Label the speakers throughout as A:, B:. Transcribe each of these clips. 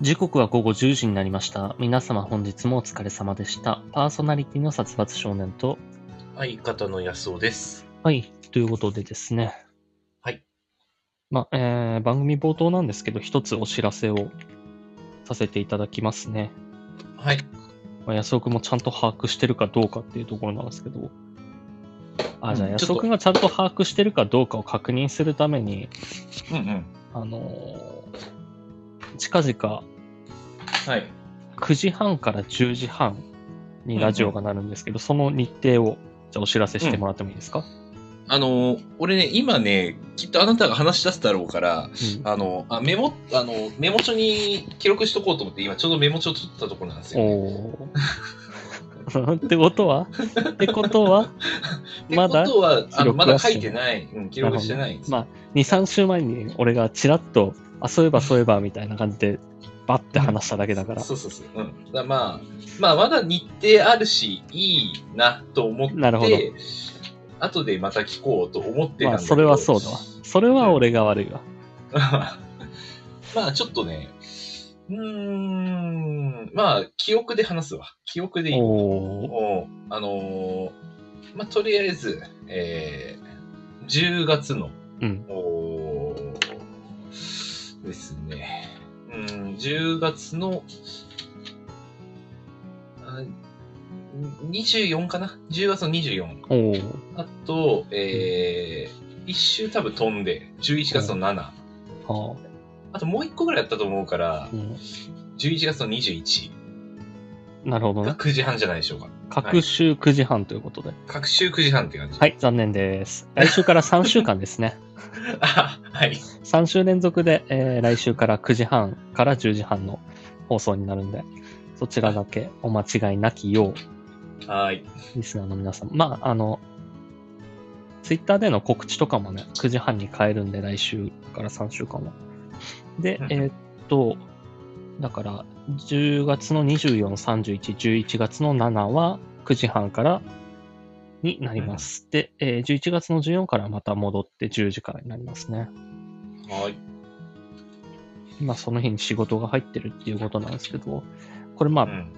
A: 時刻は午後10時になりました。皆様本日もお疲れ様でした。パーソナリティの殺伐少年と、
B: 相方の安尾です。
A: はい、ということでですね。
B: はい。
A: まあ、えー番組冒頭なんですけど、一つお知らせをさせていただきますね。
B: はい。
A: まあ、安尾くんもちゃんと把握してるかどうかっていうところなんですけど、あ、じゃあ
B: うん
A: 安尾くんがちゃんと把握してるかどうかを確認するために、
B: うんうん。
A: あのー近々
B: はい。
A: 9時半から10時半にラジオがなるんですけど、その日程をじゃあお知らせしてもらってもいいですか、
B: あのー俺ね、今ね、きっとあなたが話し出すだろうから、あの、あメモ、あの、メモ帳に記録しとこうと思って、今ちょうどメモ帳取ったところなんです
A: お
B: よ。
A: おー ってこと はってことは
B: って
A: まだ
B: ことは、
A: 記録
B: あ
A: は
B: のまだ
A: して
B: 書いてない。うん、記録してない。
A: まあ23週前に俺がちらっと「あそういえばそういえば」みたいな感じでバッて話しただけだから、
B: そうそうそう。うん。だからまあ、まあ、まだ日程あるし、いいなと思って、
A: なるほど
B: 後でまた聞こうと思ってたん
A: まあ
B: だけど。
A: それはそうだわそれは俺が悪いわ、
B: まあ、ちょっとね、うーん、まあ、記憶で話すわ。記憶でい
A: お
B: い。も
A: お
B: うあのーまあ、とりあえず、えー、10月の、
A: うん
B: おーですね。うん、10月の、あ24かな ?10 月の24。
A: おお
B: あと、えー、1周多分飛んで、11月の7。
A: あ
B: あともう一個ぐらいやったと思うから
A: あ、う、ん、
B: 11月の21
A: なるほど
B: が
A: ね
B: 9時半じゃないでしょうか。
A: 各週9時半ということでは
B: 各週9時半って感じ。
A: い、残念です来週から3週間ですね
B: あ はい。
A: 3週連続で、えー来週から9時半から10時半の放送になるんで、そちらだけお間違いなきよう、
B: はい。
A: リスナーの皆さん。まあ、あの、ツイッターでの告知とかもね、9時半に変えるんで、来週から3週間は。で
B: う、ん
A: えーっと、だから、10月の24、31、11月の7は9時半からになります。で、えー11月の14からまた戻って10時からになりますね。
B: はい。
A: まあその日に仕事が入ってるっていうことなんですけど、これま
B: う
A: あ、
B: ん。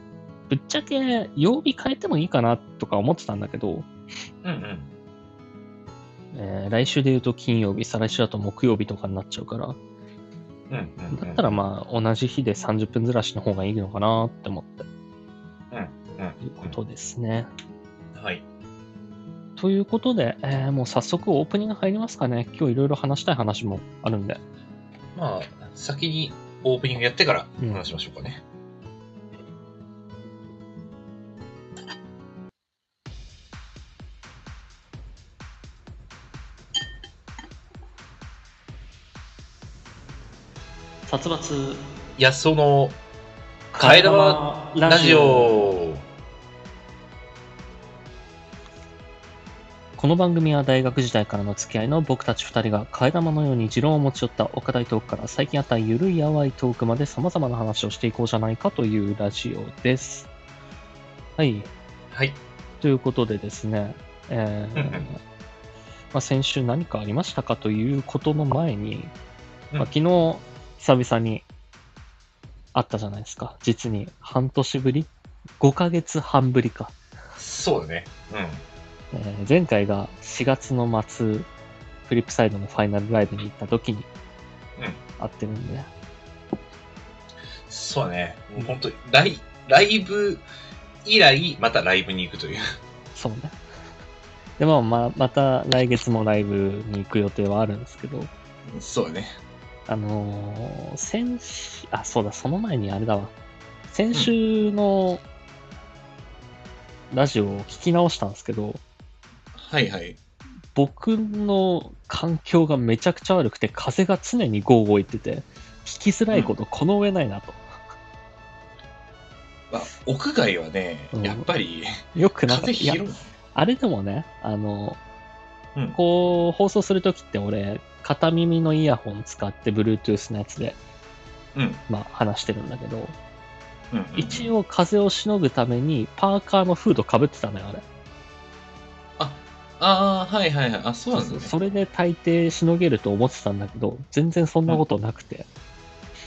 A: ぶっちゃけ曜日変えてもいいかなとか思ってたんだけど、
B: うんうん。
A: えー来週で言うと金曜日、再来週だと木曜日とかになっちゃうから、
B: うんうんうん。
A: だったらまあ同じ日で30分ずらしの方がいいのかなって思って、
B: うん、
A: ということですね。
B: はい。
A: ということで、えーもう早速オープニング入りますかね。今日いろいろ話したい話もあるんで。
B: まあ、先にオープニングやってから話しましょうかね。
A: 殺伐、
B: いや、その、替え玉ラジ。オ。
A: この番組は大学時代からの付き合いの僕たち2人が替え玉のように持論を持ち寄ったお堅いトークから最近あったゆるいやわいトークまで様々な話をしていこうじゃないかというラジオです。はい。
B: はい。
A: ということでですね、えー
B: うんうん
A: まあ、先週何かありましたかということの前に、まあ、
B: うん
A: 昨日久々に会ったじゃないですか。実に半年ぶり ?5 ヶ月半ぶりか。
B: そうだね。
A: えー前回が4月の末、フリップサイドのファイナルライブに行った時に
B: うん。うん。
A: 会ってるんで、
B: そうだね。もう本当に、ライライブ以来、またライブに行くという。
A: そうね。で、まあ、ままた来月もライブに行く予定はあるんですけど、
B: そうだね。
A: あのー先週、あ、そうだ、その前にあれだわ。先週のラジオを聞き直したんですけど、
B: はいはい。
A: 僕の環境がめちゃくちゃ悪くて、風が常にゴーゴーいってて、聞きづらいことこの上ないなと。
B: まあ、屋外はね、
A: うん
B: やっぱり、
A: よくなかった。
B: 風
A: いや
B: 広い。
A: あれでもね、あの、
B: うん
A: こう、放送するときって俺、片耳のイヤホン使って、Bluetooth のやつで、
B: うん。
A: まあ、話してるんだけど、
B: うん、
A: 一
B: 応。
A: 応風をしのぐために、パーカーのフードかぶってたのよ、あれ。
B: ああ、はいはいはい。あ、そうなんだね。
A: それで大抵しのげると思ってたんだけど、全然そんなことなくて、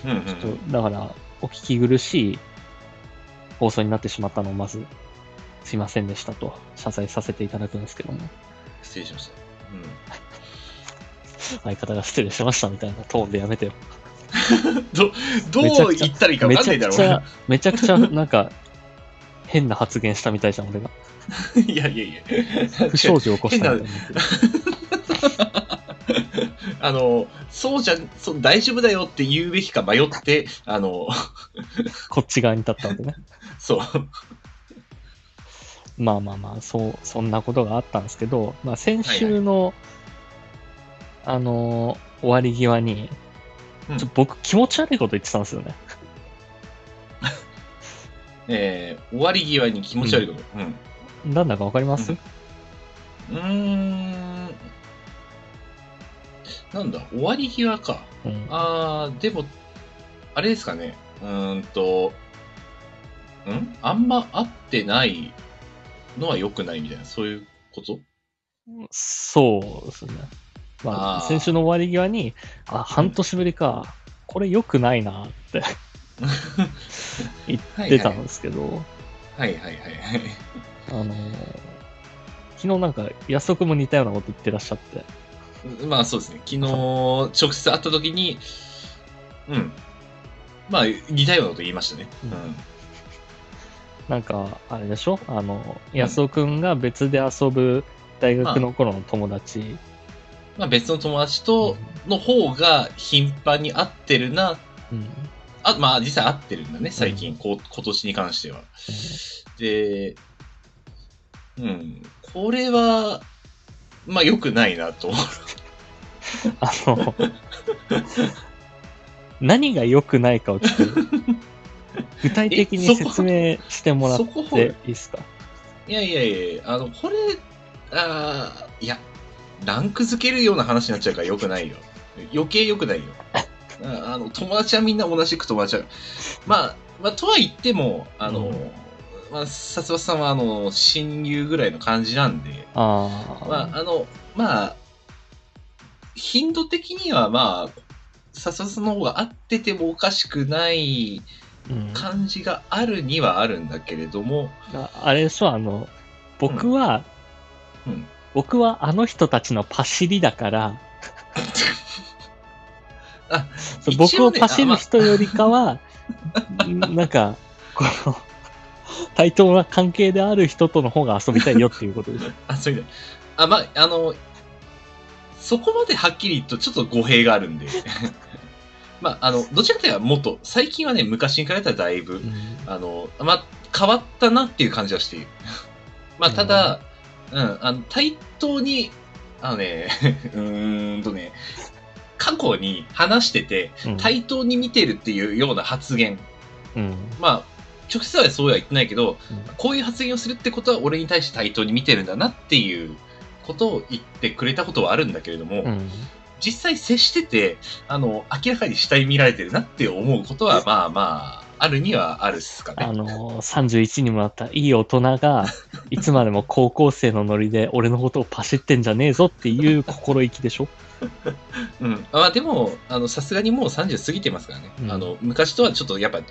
B: うんうん
A: ちょっと、だから、お聞き苦しい放送になってしまったのをまず、すいませんでしたと謝罪させていただくんですけども、
B: 失礼しました。うん。
A: 相方が失礼しましたみたいなトーンでやめてよ。
B: どう言ったらいいか分
A: め
B: かん
A: ち
B: な
A: ゃ
B: いだ
A: く
B: ろ
A: ち
B: うな
A: ゃ。、めちゃ くちゃなんか、変な発言したみたいじゃん、俺が。
B: いやいやいや。
A: 不祥事起こしたみたいな。
B: あの、そうじゃ、そう大丈夫だよって言うべきか迷って、あの、
A: こっち側に立ったわけね。
B: そう。
A: まあまあまあ、そう、そんなことがあったんですけど、まあ先週の、あのー終わり際に、
B: うん
A: ちょ僕気持ち悪いこと言ってたんですよね。
B: えー、終わり際に気持ち悪いこと。うん。
A: なんだかわかります、
B: うんうーん。なんだ、終わり際か。
A: うん
B: あー、でも、あれですかね。うーんと、んあんま合ってないのは良くないみたいな、そういう こと
A: そうですね。まあ
B: あー
A: 先週の終わり際に、あ、半年ぶりか、これ良くないなって
B: はい
A: 出
B: は
A: た
B: い
A: んですけど、
B: はいはいはいはい。
A: あのー昨日なんか安田君も似たようなこと言ってらっしゃって、
B: まあそうですね、昨日直接会った時に、うん、まあ似たようなこと言いましたね。
A: うん
B: うん
A: なんか、あれでしょあの、安尾くんが別で遊ぶ大学の頃の友達
B: まあ、別の友達との方が頻繁に会ってるな、
A: うん
B: あまあ実際会ってるんだね、最近、
A: うん
B: こう今年に関しては。で、うん、これは、まあ良くないなと。
A: あの、何が良くないかをちょっと、具体的に
B: えそこ
A: 説明してもらっ
B: そ
A: て
B: こ
A: いいですか
B: いやいやいや、あの、これ、あーいや、ランク付けるような話になっちゃうからよくないよ。余計よく ないよ。ああの、友達はみんな同じく友達だまあ、まあ、とは言っても、あの、
A: うん
B: まあ、薩摩さんは、あの、親友ぐらいの感じなんで、
A: あー、
B: まあ、あの、まあ、頻度的には、まあ、薩摩さんの方が合っててもおかしくない
A: うん
B: 感じがあるにはあるんだけれども、
A: ああれでしょあの、僕は、
B: うんうん
A: 僕はあの人たちのパシリだから、
B: あ
A: そう
B: 一
A: 僕
B: 応
A: を
B: ね
A: パシる人よりかは、んなんか、この、対等な関係である人との方が遊びたいよっていうこと です。
B: あ、そういうのあ、まあ、あの、そこまではっきり言うとちょっと語弊があるんで。 まあ、あの、どちらかというと元、最近はね、昔に比べたらだいぶ、あの、まあ、変わったなっていう感じはし ている。まあ、ただ、うん、あの、対等に、あのね、 うーんとね、過去に話してて、
A: うん
B: 対等に見てるっていうような発言。
A: うん
B: まあ、直接はそうは言ってないけど、
A: うん
B: こういう発言をするってことは俺に対して対等に見てるんだなっていうことを言ってくれたことはあるんだけれども、
A: うん
B: 実際接してて、あの、明らかに下に見られてるなって思うことは、まあまあ、あるにはあるっすか
A: あ
B: ね。
A: のー、31にもなったいい大人が、いつまでも高校生のノリで俺のことをパシってんじゃねえぞっていう心意気でしょ
B: うん。まあでも、あの、さすがにもう30過ぎてますからね。
A: うん
B: あの、昔とはちょっとやっぱ違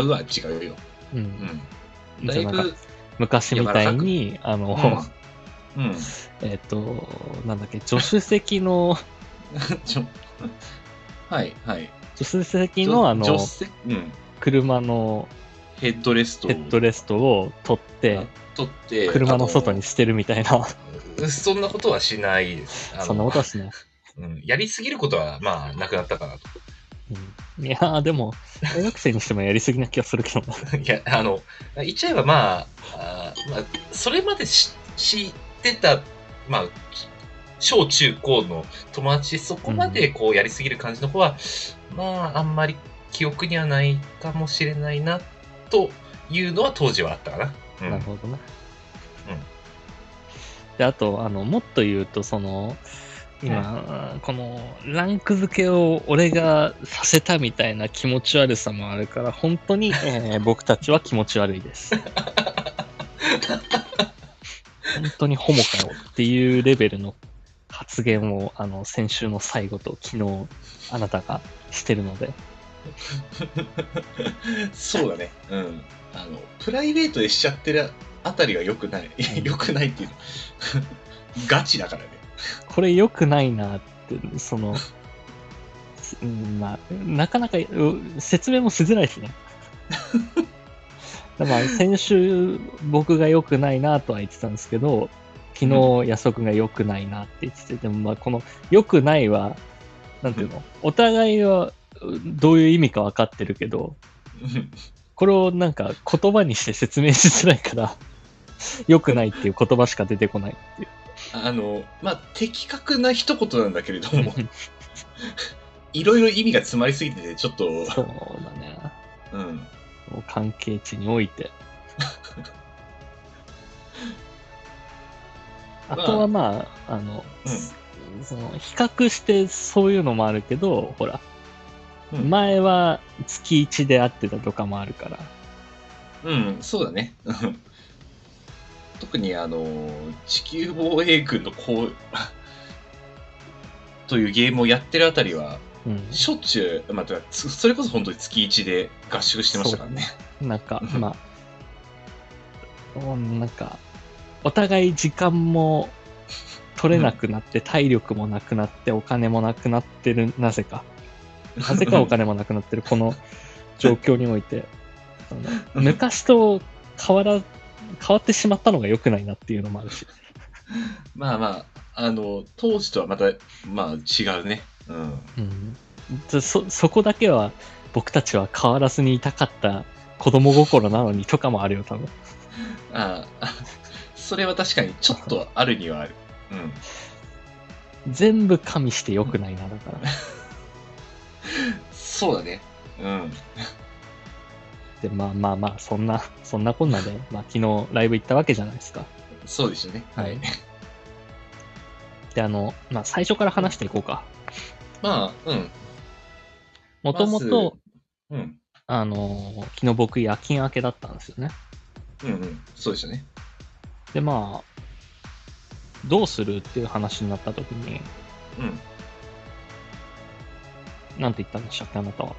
B: うは違うよ。
A: う。
B: うんん。だ
A: じゃ
B: い
A: あなんか
B: ぶ、
A: 昔みたいに、あの、
B: うん。うん。
A: えっ、と、なんだっけ、助手席の、
B: ちょはい、はい。
A: 助手席
B: じょ
A: のあ
B: 助
A: の、
B: 手うん。
A: 車の
B: ヘッドレストを
A: ヘッドレストを取って、
B: 取って、
A: 車の外に捨てるみたいな、
B: そんなことはしないです。あの
A: そんなことはしない。
B: うんやりすぎることは、まあ、なくなったかなと。
A: うんいやー、でも、大学生にしてもやりすぎな気がするけどな。
B: いや、あの、言っちゃえば、まあ、あーまあ、それまでし知ってた、まあ、小中高の友達、そこまでこうやりすぎる感じの子は、まあ、あんまり記憶にはないかもしれないな、というのは当時はあったかな。うん
A: なるほどな。で、あと、あの、もっと言うと、その、今、このランク付けを俺がさせたみたいな気持ち悪さもあるから、本当 に、えー僕たちは気持ち悪いです。本当にホモかよっていうレベルの発言を、あの、先週の最後と昨日、あなたがしてるので、
B: そうだね。うん。あの、プライベートでしちゃってるあたりは良くない。いや 良くないっていうの。ガチだからね。
A: これ良くないなって、その、うんまあ、なかなかう説明もしづらいしね。だから先週僕が良くないなとは言ってたんですけど、昨日安尾君が良くないなって言ってて、でもまあこの良くないは、なんていうの、お互いはうどういう意味か分かってるけど、
B: うん
A: これをなんか言葉にして説明しづらいから、良くないっていう言葉しか出てこないっていう。
B: あの、まあ、的確な一言なんだけれど も、いろいろ意味が詰まりすぎてて、ちょっと、
A: そうだね。
B: うん。
A: もう関係値において。あとはまあ、あの、その比較してそういうのもあるけど、ほら、
B: うん、
A: 前は月1で会ってたとかもあるから、
B: うん、そうだね。 うん特にあの、地球防衛軍のこう、 というゲームをやってるあたりは、
A: うん、
B: しょっちゅう、まあ、てかつそれこそ本当に月1で合宿してましたからね。
A: なんか
B: う、ん
A: まあ、うんなんか、お互い時間も取れなくなって、体力もなくなって、お金もなくなってる、なぜか。なぜかお金もなくなってる、この状況において、あの
B: うん
A: 昔と変わら、変わってしまったのが良くないなっていうのもあるし。
B: まあまあ、あの、当時とはまた、まあ違うね。うん。
A: うん、そ、そこだけは僕たちは変わらずにいたかった子供心なのにとかもあるよ、多分。
B: ああ、それは確かにちょっとあるにはある。うん。
A: 全部加味して良くないな、だから。
B: そうだね。うん。
A: で、まあまあまあ、そんな、そんなこんなで、まあ昨日ライブ行ったわけじゃないですか。
B: そうでしたね。はい。
A: で、あの、まあ最初から話していこうか。
B: まあ、うん。
A: もともと、
B: まずうん。
A: あの、昨日僕夜勤明けだったんですよね。
B: うんうん。そうでしたね。
A: で、まあ、どうするっていう話になった時に、
B: うん。
A: なんて言ったんでしたっけ、あなたは。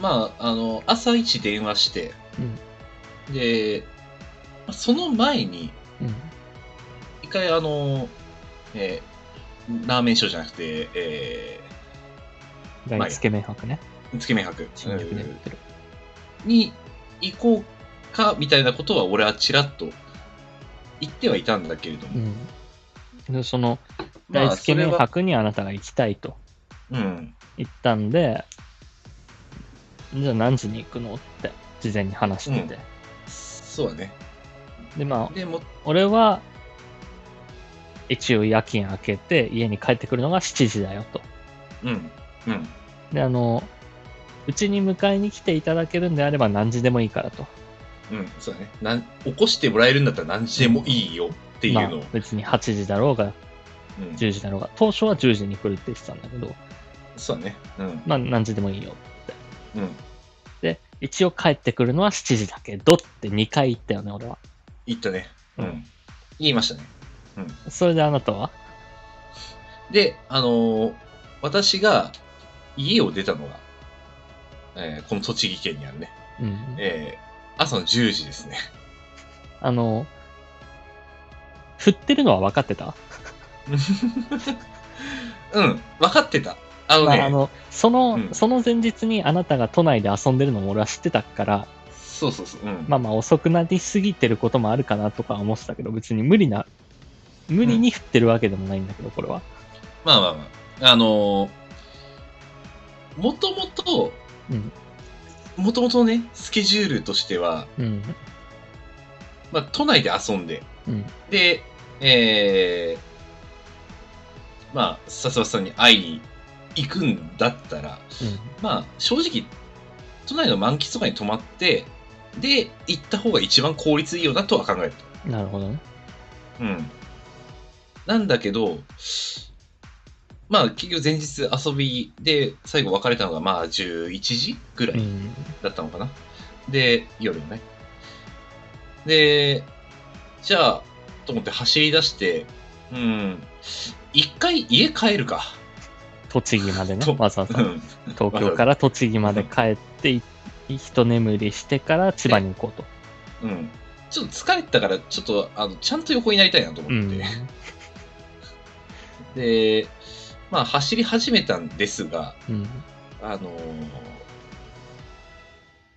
B: まあ、あの、朝一電話して、
A: うん。
B: で、その前に、
A: うん。
B: 一回あの、えーラーメンショーじゃなくて、え
A: 大
B: まあいいや
A: つけ麺博ね。
B: ー、つけ麺博
A: 新宿で売ってる。
B: に行こうか、みたいなことは俺はちらっと言ってはいたんだけれども、
A: うん。でその、
B: ま
A: 大
B: あ、
A: つけ
B: それ
A: 麺
B: は、
A: 博にあなたが行きたいと
B: うん。
A: 言ったんで、じゃあ何時に行くのって、事前に話してて。
B: そうだね。
A: で、まあ、
B: でも、
A: 俺は、一応夜勤明けて家に帰ってくるのが7時だよと。
B: うん、うん、
A: で、あの、うちに迎えに来ていただけるんであれば何時でもいいからと。
B: うん、そうだね。なん起こしてもらえるんだったら何時でもいいよっていう
A: まあ
B: のを、、
A: 別に8時だろうが
B: うん、
A: 10時だろうが、当初は10時に来るって言ってたんだけど、
B: そうだね。うん、
A: まあ何時でもいいよ。
B: うん。
A: で、一応帰ってくるのは7時だけどって2回言ったよね、俺は。
B: 言ったね。う
A: うん
B: ん。言いましたね。
A: それであなたは
B: で、あのー私が家を出たのが、えーこの栃木県にあるね、
A: うん。
B: えー朝の10時ですね。
A: あの、振ってるのは分かってた
B: うん、分かってた。あのね、
A: まあ、あのその、
B: うん
A: その前日にあなたが都内で遊んでるのも俺は知ってたから、
B: そうそうそう。うん。
A: まあまあ遅くなりすぎてることもあるかなとか思ってたけど、別に無理な、無理に振ってるわけでもないんだけど、これは。
B: まあまあまあ。あのー、もともと、
A: うん。
B: もともとね、スケジュールとしては、
A: うん。
B: まあ、都内で遊んで、
A: うん。
B: で、えー、まあ、笹場さんに会いに行くんだったら、まあ、正直、都内の満喫とかに泊まって、で、行った方が一番効率いいよなとは考えると。
A: うん。なるほどね。
B: うん。なんだけど、まあ、結局前日遊びで、最後別れたのが、まあ、11時ぐら
A: う
B: い
A: ん。
B: だったのかな。で、夜のね。で、じゃあ、と思って走り出して、うん、一回家帰るか。
A: 栃木までね
B: と、
A: わざわざ
B: う。ん
A: 東京から栃木まで帰ってい、一眠りしてから千葉に行こうと。
B: うん。ちょっと疲れてたから、ちょっと、あの、ちゃんと横になりたいなと思
A: う
B: っ
A: ん
B: て。。で、まあ、走り始めたんですが、
A: うん。
B: あのー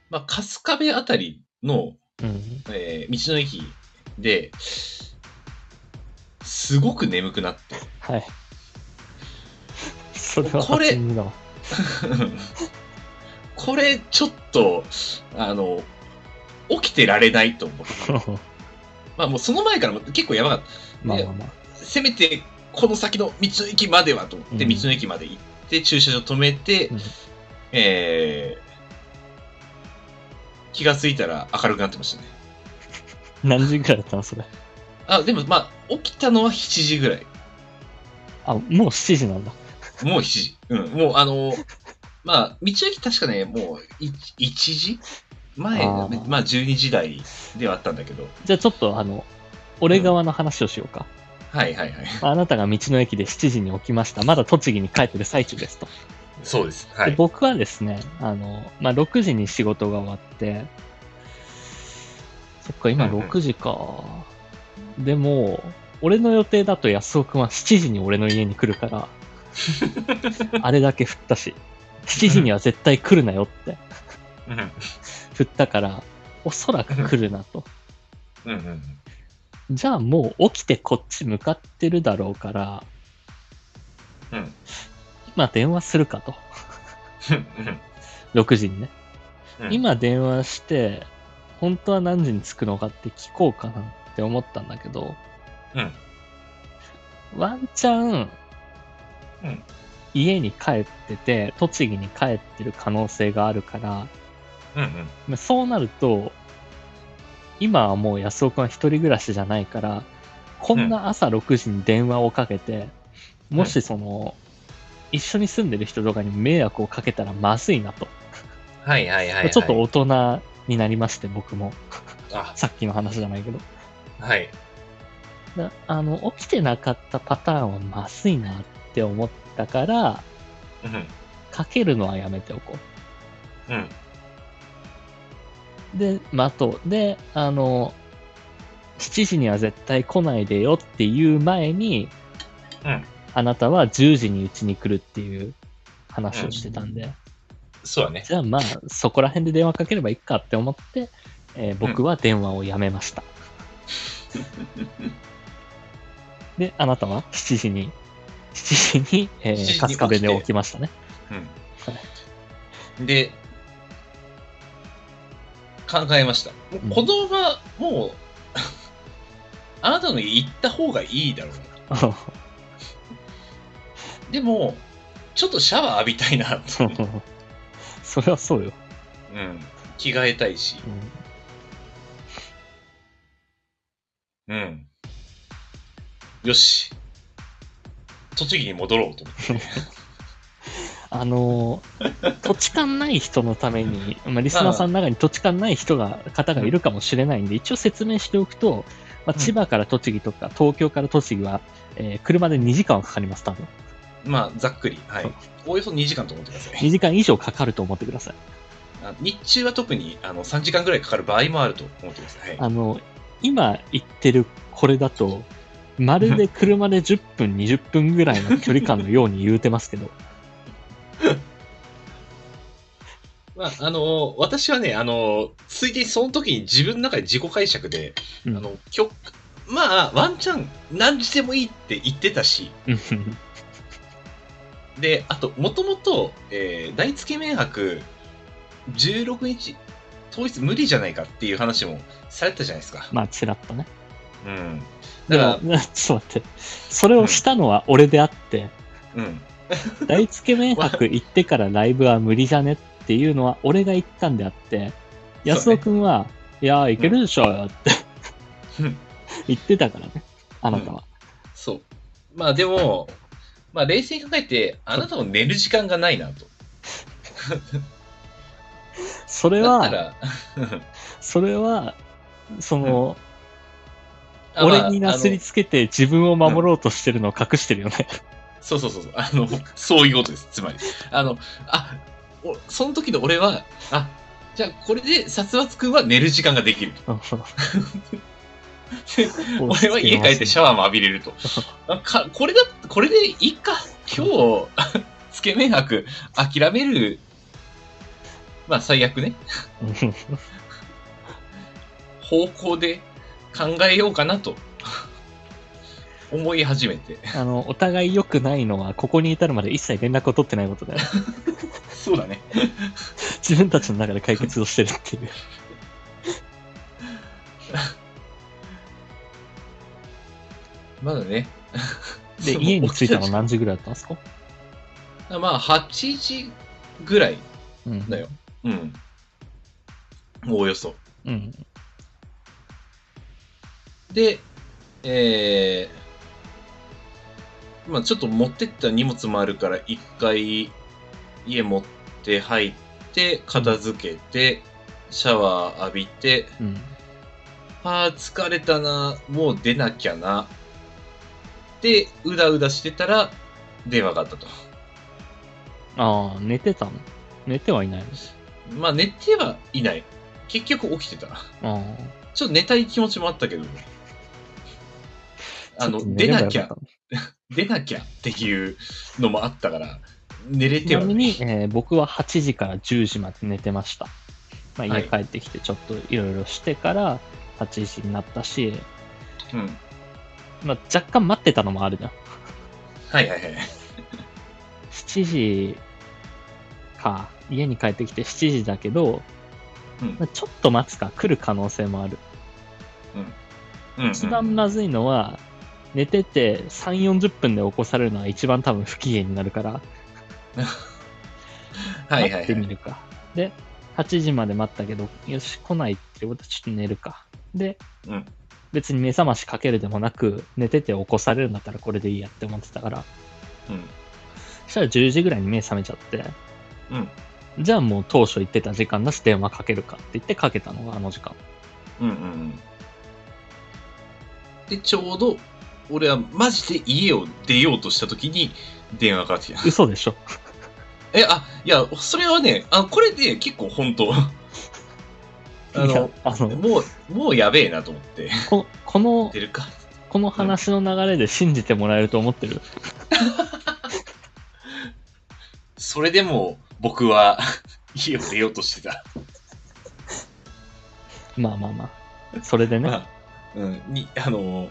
B: まあ、春日部あたりの、
A: うん。
B: えー道の駅で、すごく眠くなって。
A: はい。それは
B: これ
A: 初 耳だわ
B: これ、ちょっと、あの、起きてられないと思って。まあ、もうその前からも結構やばかった。
A: まあまあまあ。
B: せめてこの先の道の駅まではと思って、
A: うん
B: 道の駅まで行って駐車場止めて、
A: うん
B: えー気がついたら明るくなってましたね
A: 何時ぐらいだったのそれ。
B: あでもまあ起きたのは7時ぐらい
A: あ、もう7時なんだ。
B: もう7時うんもう あのまあ道の駅確かねもう 1, 時前
A: あー
B: まあ12時台ではあったんだけど
A: じゃあちょっとあの、俺側の話をしようか。
B: はいはいはい
A: あなたが道の駅で7時に起きました。まだ栃木に帰ってる最中ですと。
B: そうですは
A: で僕はですね、あの、まあ、6時に仕事が終わって、そっか、今
B: うんうん
A: 6時か。でも、俺の予定だと安尾くんは7時に俺の家に来る から、あれだけ振ったし、7時には絶対来るなよって
B: うんうん
A: 振ったから、おそらく来るなと。
B: うん
A: じゃあもう起きてこっち向かってるだろうから、
B: うん
A: 今電話するかと。
B: うん
A: 6時にね。
B: うん
A: 今電話して、本当は何時に着くのかって聞こうかなって思ったんだけど、
B: うん
A: ワンチャン、
B: うん
A: 家に帰ってて、栃木に帰ってる可能性があるから、
B: うんうん
A: まあそうなると、今はもう安尾くんは一人暮らしじゃないから、こんな朝6時に電話をかけて、
B: ん
A: もしその、一緒に住んでる人とかに迷惑をかけたらまずいなと。
B: はいはいはい、はい、
A: ちょっと大人になりまして、僕も。
B: あ
A: さっきの話じゃないけど。
B: はい
A: だあの、起きてなかったパターンはまずいなって思ったから、
B: うん
A: かけるのはやめておこ
B: うん
A: う。で、まあ、あと、で、あの、7時には絶対来ないでよっていう前に、
B: うん
A: あなたは10時にうちに来るっていう話をしてたんで、
B: そう だね。
A: じゃあまあ、そこら辺で電話かければいいかって思って、えー僕は電話をやめました。で、あなたは7時に、7時に、えー
B: 7時に起きて
A: 春日部で起きました ね。
B: で、考えました。
A: うん
B: 子供がもう、 あなたの家行った方がいいだろうなと。でも、ちょっとシャワー浴びたいなと。
A: それはそうよ。
B: うん、着替えたいし。
A: うん
B: うん。よし。栃木に戻ろうと思って。
A: あのー土地勘ない人のために、まあ、リスナーさんの中に土地勘ない人が方がいるかもしれないんで、一応説明しておくと、まあ、
B: うん
A: 千葉から栃木とか、東京から栃木は、えー車で2時間はかかります、多分。
B: まあ、ざっくり。は
A: そう
B: い。おおよそ2時間と思ってください。
A: 2時間以上かかると思ってください。
B: あ日中は特にあの3時間ぐらいかかる場合もあると思ってください。はい
A: あの、今言ってるこれだと、まるで車で10分、20分ぐらいの距離感のように言うてますけど、
B: まあ、あの、私はね、あの、ついでにその時に自分の中で自己解釈で、
A: うん
B: あの、きょまあ、ワンチャン何時でもいいって言ってたし、
A: うん
B: で、あと、もともと、えー、大付け泊16日、当日無理じゃないかっていう話もされてたじゃないですか。
A: まあ、ちらっとね。
B: うん。
A: で
B: だ
A: も
B: か、
A: ちょっと待って、それをしたのは俺であって、
B: ら、うん。
A: 大つけ麺博行ってからライブは無理じゃねっていうのは俺が言ったんであって、安尾くんは、いやー、いけるでしょうよって
B: うん
A: 言ってたからね、あなたは。
B: そう。まあ、でも、まあ、冷静に考えて、あなたも寝る時間がないなと。
A: それ
B: だった
A: は、
B: ら、
A: それは、その、
B: あ
A: 俺になすり
B: ま
A: つけて自分を守ろうとしてるのを隠してるよね。
B: ああのそうそうそうそう。あの、そういうことです。つまり。あの、あ、おその時の俺は、あ、じゃあこれで殺伐くんは寝る時間ができる。 俺は家帰ってシャワーも浴びれると。あかこれだ、これでいいか。今日、 つけ麺博諦める。まあ最悪ね。
A: うん
B: 方向で考えようかなと思い始めて。
A: あの、お互い良くないのは、ここに至るまで一切連絡を取ってないことだ よ。
B: そうだね。
A: 自分たちの中で解決をしてるっていう。
B: まだね。
A: で、
B: その
A: 家に着いた
B: 起
A: の
B: き
A: 何時ぐらいだったんですか
B: 時まあ8時ぐらい
A: うん
B: だよ。うん。おおよそ。
A: うん。
B: で、えー、まあちょっと持ってった荷物もあるから、一回家持って入って、片付けて、シャワー浴びて、
A: うん。
B: あー疲れたな、もう出なきゃな。で、うだうだしてたら、電話があったと。
A: ああ、寝てたの寝てはいない
B: まあ、寝てはいない。結局起きてた。
A: のあ
B: ちょっと寝たい気持ちもあったけど、
A: あ。
B: あの
A: ちょっと、寝
B: 出
A: ればよか
B: なきゃ
A: った、の
B: 出なきゃっていうのもあったから、寝れ
A: ち
B: て
A: な
B: は
A: み
B: ない。
A: に、えー僕は8時から10時まで寝てました。まあ、
B: は
A: 家
B: い
A: 帰ってきてちょっといろいろしてから8時になったし、
B: うん。
A: まあ、若干待ってたのもあるじゃん。
B: はいはいはい。
A: 7時か、家に帰ってきて7時だけど、
B: うん
A: まあちょっと待つか来る可能性もある。
B: うん、
A: 一
B: う
A: 番
B: ん。
A: まずいのは、寝てて3、40分で起こされるのは一番多分不機嫌になるから、
B: はいは
A: 待っ
B: い
A: て
B: は
A: み
B: い。
A: るか。で、8時まで待ったけど、よし、来ないってことはちょっと寝るか。で、
B: うん
A: 別に目覚ましかけるでもなく、寝てて起こされるんだったらこれでいいやって思ってたから、そしたら10時ぐらいに目覚めちゃって、
B: うん。
A: じゃあもう当初言ってた時間だし電話かけるかって言ってかけたのがあの時間。
B: うん。うんうんうん。で、ちょうど、俺はマジで家を出ようとした時に電話がかかってきた。
A: 嘘でしょ
B: え、あ、いや、それはね、あこれで結構本当。あ
A: いや
B: の、
A: あの
B: もう、もうやべえなと思って、
A: こ、この
B: 出、るか。
A: この話の流れで信じてもらえると思ってる。
B: それでも僕は家を出ようとしてた。
A: まあまあまあ。それでね。
B: まあ、うん、に、あの、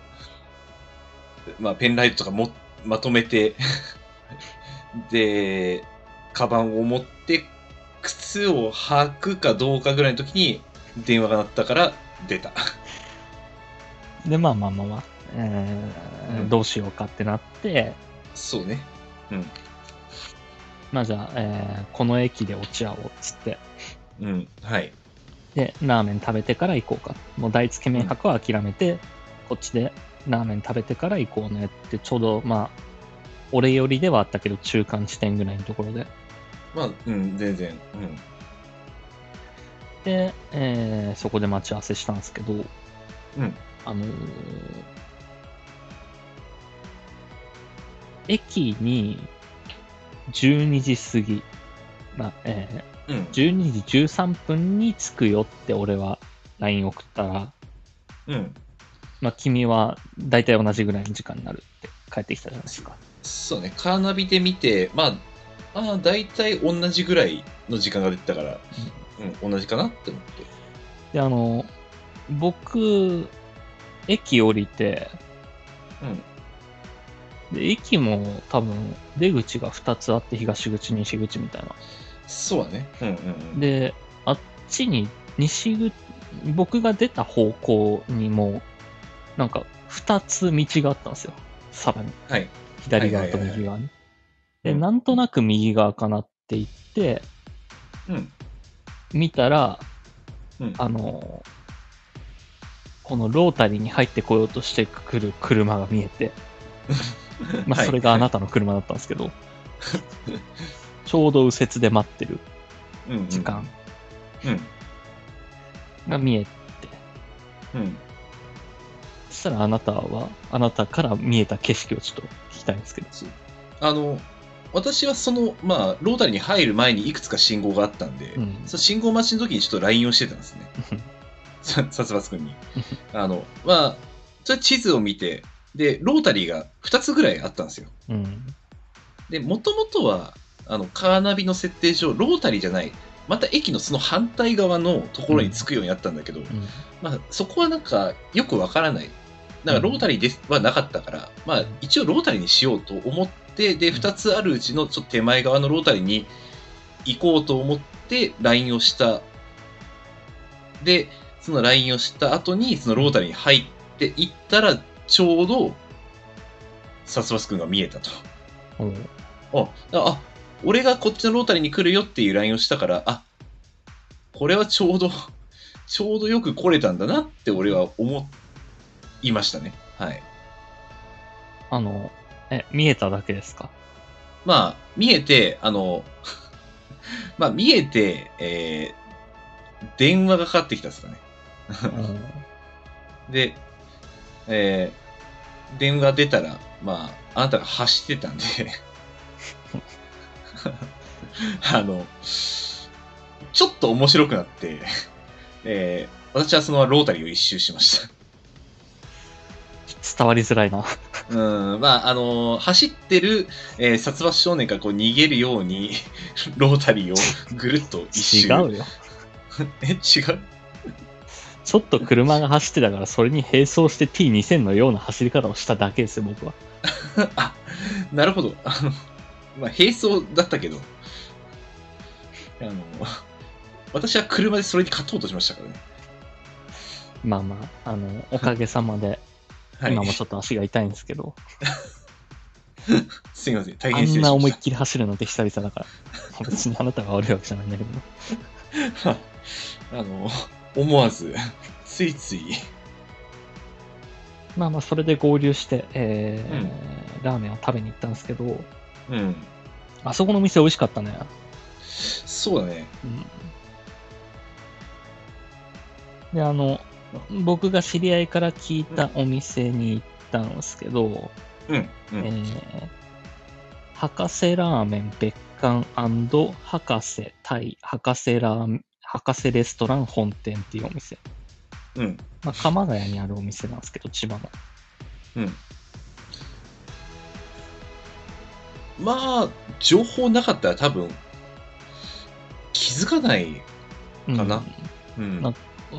B: まあ、ペンライトとかも、まとめて、 で、カバンを持って、靴を履くかどうかぐらいの時に電話が鳴ったから出た。
A: で、まあまあまあまあ。えー
B: うん
A: どうしようかってなって、
B: そうね。うん。
A: まあじゃあ、えーこの駅で落ち合おうっつって。
B: うん。はい。
A: で、ラーメン食べてから行こうか。もう大つけ麺博は諦めて、こっちでラーメン食べてから行こうねって、ちょうどまあ、俺寄りではあったけど、中間地点ぐらいのところで。
B: まあ、うん、全然。うん。
A: で、えーそこで待ち合わせしたんですけど、
B: うん
A: あのー駅に12時過ぎ、まあえ
B: うん
A: ー、12時13分に着くよって俺は LINE 送ったら、
B: うん。
A: まあ、君は大体同じぐらいの時間になるって帰ってきたじゃないですか。
B: そうね、カーナビで見て、まあ、まあ、大体同じぐらいの時間が出てたから、うん、同じかなって思って。
A: で、あのー僕、駅降りて、
B: うん。
A: で駅も多分出口が2つあって東口西口みたいな
B: そうだね。うんうんうん。
A: であっちに西口僕が出た方向にもなんか2つ道があったんですよさらに
B: はい。
A: 左側と右側に
B: いはいはい
A: でなんとなく右側かなって言って
B: うん。
A: 見たら
B: うん。
A: あのこのロータリーに入ってこようとしてくる車が見えてまあ、それがあな
B: た。
A: たの車だったんですけ ど、ちょうど右折で待ってる
B: うんうん
A: 時間。
B: うん。
A: が見えて、
B: うん。
A: そしたらあなたは、あなたから見えた景色をちょっと聞きたいんですけど、
B: そうあの、私はその、まあ、ロータリーに入る前にいくつか信号があったんで、
A: うん
B: その信号待ちの時にちょっと LINE をしてたんですね。さ殺伐君に。あの、まあ、それ地図を見て、で、ロータリーが2つぐらいあったんですよ。
A: うん。
B: で、もともとは、あの、カーナビの設定上、ロータリーじゃない、また駅のその反対側のところに着くようになったんだけど、
A: うん
B: まあ、そこはなんか、よくわからない。なんか、ロータリーですはなかったから、まあ、一応ロータリーにしようと思って、で、2つあるうちのちょっと手前側のロータリーに行こうと思って、LINE をした。で、その LINE をした後に、そのロータリーに入って行ったら、ちょうど、サスバス君が見えたと。
A: おう
B: あ、だからあ、俺がこっちのロータリーに来るよっていう LINE をしたから、あ、これはちょうど、 ちょうどよく来れたんだなって俺は思いましたね。はい。
A: あの、え、見えただけですか
B: まあ、見えて、あの、 まあ、見えて、えー、電話がかかってきたんですかね。
A: うん
B: で、えー、電話出たら、まあ、あなたが走ってたんで、 あの、ちょっと面白くなって、えー、私はそのままロータリーを一周しました。
A: 伝わりづらいな。
B: うん、まあ、あの走ってる、えー、殺伐少年からこう逃げるように、ロータリーをぐるっと
A: 違
B: 一周。
A: うよ。
B: え、違う
A: ちょっと車が走ってたから、それに並走して T2000 のような走り方をしただけですよ、僕は。
B: あなるほど。あの、まあ、並走だったけど、あの、私は車でそれに勝とうとしましたからね。
A: まあまあ、あの、おかげさまで、
B: はい。
A: 今もちょっと足が痛いんですけど、
B: すみません。大
A: あ
B: 変失
A: ん
B: 礼し
A: な
B: ま
A: 思いっ
B: し
A: きり走るのって久々だから、別にあなたが悪いわけじゃないんだけどね、
B: た。 あの、思わず、ついつい、
A: まあまあ、それで合流して、えー
B: うん
A: ラーメンを食べに行ったんですけど、
B: うん。
A: あそこの店美味しかったね。
B: そうだね。
A: うんで、あの、僕が知り合いから聞いたお店に行ったんですけど、
B: うん。うん
A: えー博士ラーメン別館博士対博士ラーメン博士レストラン本店っていうお店、
B: うん。
A: まあ、鎌ヶ谷にあるお店なんですけど千葉の
B: うん。まあ、情報なかったら多分、気づかない。
A: うん
B: かなうん。
A: な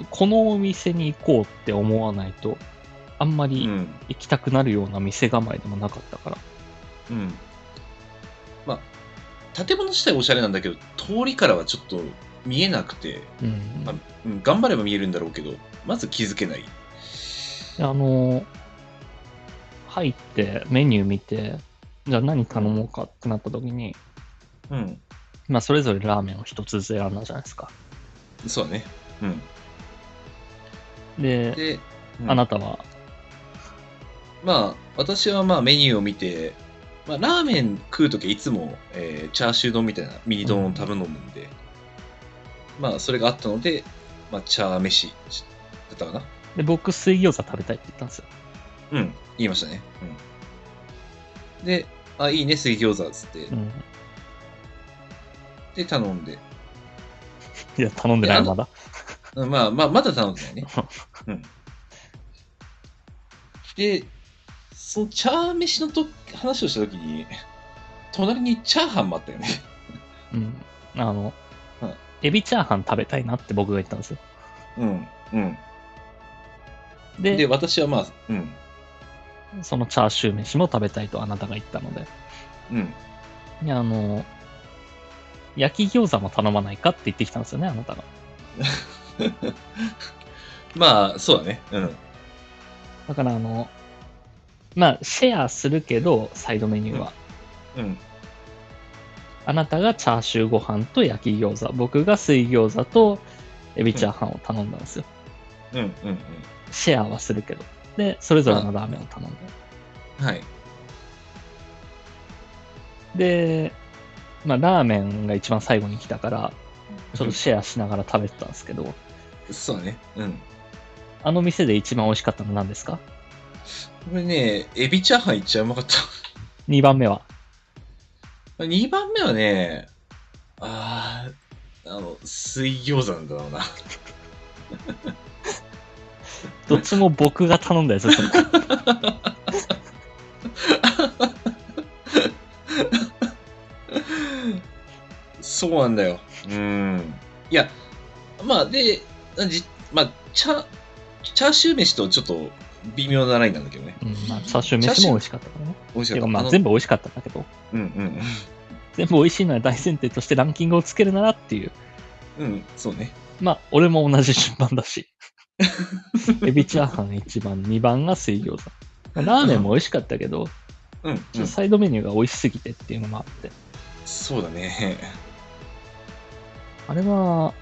A: このお店に行こうって思わないとあんま
B: う
A: り
B: ん。
A: 行きたくなるような店構えでもなかったから、
B: うん。まあ、建物自体おしゃれなんだけど、通りからはちょっと見えなくて、
A: うん
B: まあうん、頑張れば見えるんだろうけど、まず気づけない。
A: であのー入ってメニュー見てじゃあ何頼もうかってなった時に、
B: うん。
A: まあ、それぞれラーメンを一つずつ選んだじゃないですか
B: そうだね。うん。
A: で
B: で、うん
A: あなたは、
B: まあ、私はまあメニューを見て、まあ、ラーメン食うときはいつも、えーチャーシュー丼みたいなミニ丼を食べ飲むんで、まあ、それがあったので、まあ、チャー飯だったかな。
A: で、僕、水餃子食べたいって言ったんですよ。
B: うん。言いましたね。うん。で、あ、いいね、水餃子っつって
A: う、ん。
B: で、頼んで、
A: いや、頼んでない、
B: いや
A: まだ。
B: うんまあまあ、まだ頼んでないね。 うん、で、そのチャー飯のと話をしたときに、隣にチャーハンもあったよね。
A: うん。あの
B: うん、
A: エビチャーハン食べたいなって僕が言ったんですよ。
B: うん。うん。
A: で、
B: で、私はまあ、うん。
A: そのチャーシュー飯も食べたいとあなたが言ったので、
B: うん。
A: いやあの、焼き餃子も頼まないかって言ってきたんですよね、あなたが。
B: まあ、そうだね。うん。
A: だから、あの、まあ、シェアするけど、サイドメニューは。
B: うん。
A: あなたがチャーシューご飯と焼き餃子、僕が水餃子とエビチャーハンを頼んだんですよ。
B: うん。うん。
A: シェアはするけど。で、それぞれのラーメンを頼んで。
B: うん。はい。
A: で、まあ、ラーメンが一番最後に来たから、ちょっとシェアしながら食べてたんですけど、
B: そうだね。うん。
A: あの店で一番美味しかったの何ですか
B: これね、エビチャーハンいっちゃうまかった。
A: ?2 番目は。
B: 2番目はね、ああ、あの、水餃子なんだろうな。
A: どっちも僕が頼んだやつです。
B: そうなんだよ。うん。いや、まあ、で、じまあ、チャ、チャーシュー飯とちょっと微妙なラインなんだけどね。
A: うん、まあ、チャーシュー飯も美味しかったからね。
B: 美味してか
A: か
B: った。
A: ま
B: あ
A: あ、
B: の
A: 全部美味しかったんだけど、
B: うん
A: 全部美味しいのは大前提としてランキングをつけるならっていう。
B: うん。うん、そうね。
A: まあ、俺も同じ順番だし。エビチャーハン1番、2番が水餃子。まあラーメンも美味しかったけど、
B: うん、うん。
A: ちょっとサイドメニューが美味しすぎてっていうのもあって。
B: そうだね。
A: あれは、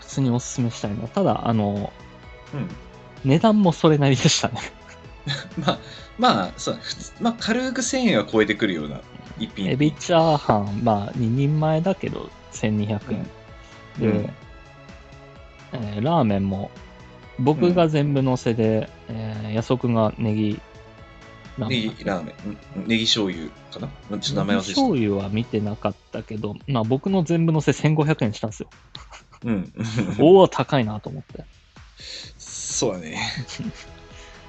A: 普通におすすめしたいな。ただ、あの、
B: うん。
A: 値段もそれなりで したね。
B: まあ、まあ、そう、普通まあ、軽く1000円は超えてくるような一品。
A: エビチャーハン、まあ、2人前だけど、1200円。
B: うん
A: で、
B: うん
A: えーラーメンも、僕が全部乗せで、えー、安尾くんがネギラ
B: ネ
A: ーメン
B: ギ。ラーメン。うんネギ醤油かなうんちょっと名前忘れちゃ
A: 醤油は見てなかったけど、まあ僕の全部乗せ1500円したんですよ。
B: った。うん。
A: おお、高いなと思って。
B: そうだね。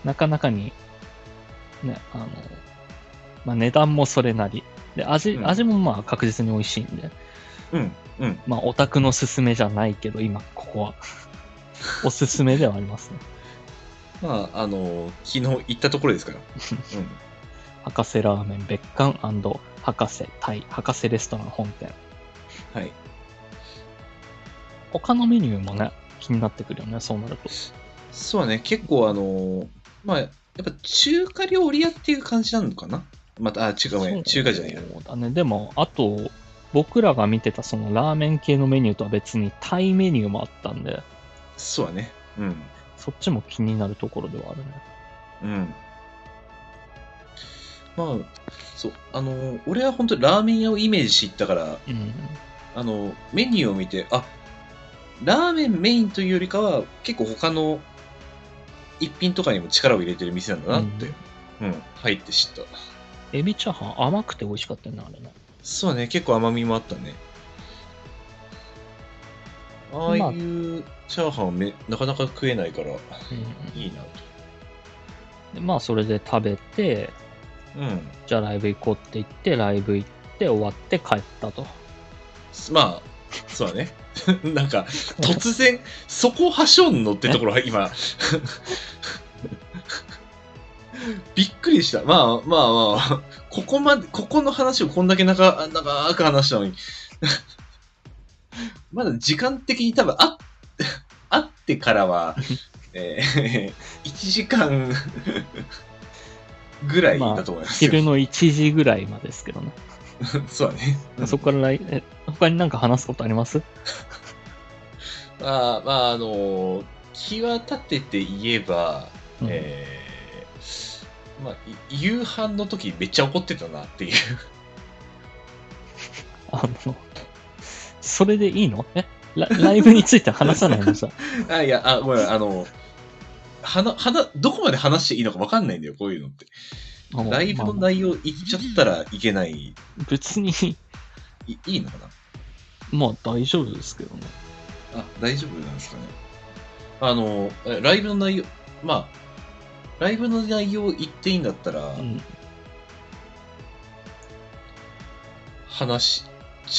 A: なかなかに、ね、あの、まあ値段もそれなり。で、味、
B: うん
A: 味もまあ確実に美味しいんで、
B: うん。うん。
A: まあオタクのすすめじゃないけど、今ここ は。おすすめではありますね。
B: まあ、あの、昨日行ったところです から。うん。
A: 博士ラーメン別館博士対博士レストラン本店。
B: はい。
A: 他のメニューもね、気になってくるよね、そうなると。
B: そうだね。結構あの、まあ、やっぱ中華料理屋っていう感じなのかなまた、あ、中華ごめん
A: そう
B: 中華じゃないや。
A: そうだね。でも、あと、僕らが見てたそのラーメン系のメニューとは別にタイメニューもあったんで、
B: そうだね。うん。
A: そっちも気になるところではあるね。
B: うん。まあ、そう、あの、俺は本当にラーメン屋をイメージして行ったから、
A: うん。
B: あの、メニューを見て、あ、ラーメンメインというよりかは、結構他の一品とかにも力を入れてる店なんだなって、うん、入って知った。
A: エビチャーハン甘くて美味しかったよね、あれね。
B: そうね、結構甘みもあったね。ああい
A: まあ
B: うチャーハンはめなかなか食えないから、
A: うん
B: いいなと。
A: で。まあ、それで食べて、
B: うん。
A: じゃあライブ行こうって言って、ライブ行って終わって帰った と。
B: まあ、そうだね。 なんか、突然、そこをはしょんのってところは今、 びっくりした。まあまあまあ、ここまで、ここの話をこんだけ長長く話したのに、 まだ時間的に多分、あ会ってからは、えー、1時間ぐらいだと思いますよ。
A: 昼の1時ぐらいまでですけどね。
B: そうだね。
A: そこから来、え他になんか話すことあります
B: まあ、まあ、あの、気は立てて言えば、
A: うん
B: えーまあ、い夕飯の時めっちゃ怒ってたなっていう。
A: あの、それでいいのえラライブについて話さないの さ。
B: あ、いや、あ、ごめ ん、あの、はな、はな、どこまで話していいのか分かんないんだよ、こういうのって。ライブの
A: まあ
B: 内容言っちゃったらいけない、
A: 別に、
B: いいいのかな
A: まあ大丈夫ですけどね。
B: あ、大丈夫なんですかね。あの、えライブの内容、まあ、ライブの内容言っていいんだったら、
A: うん、
B: 話し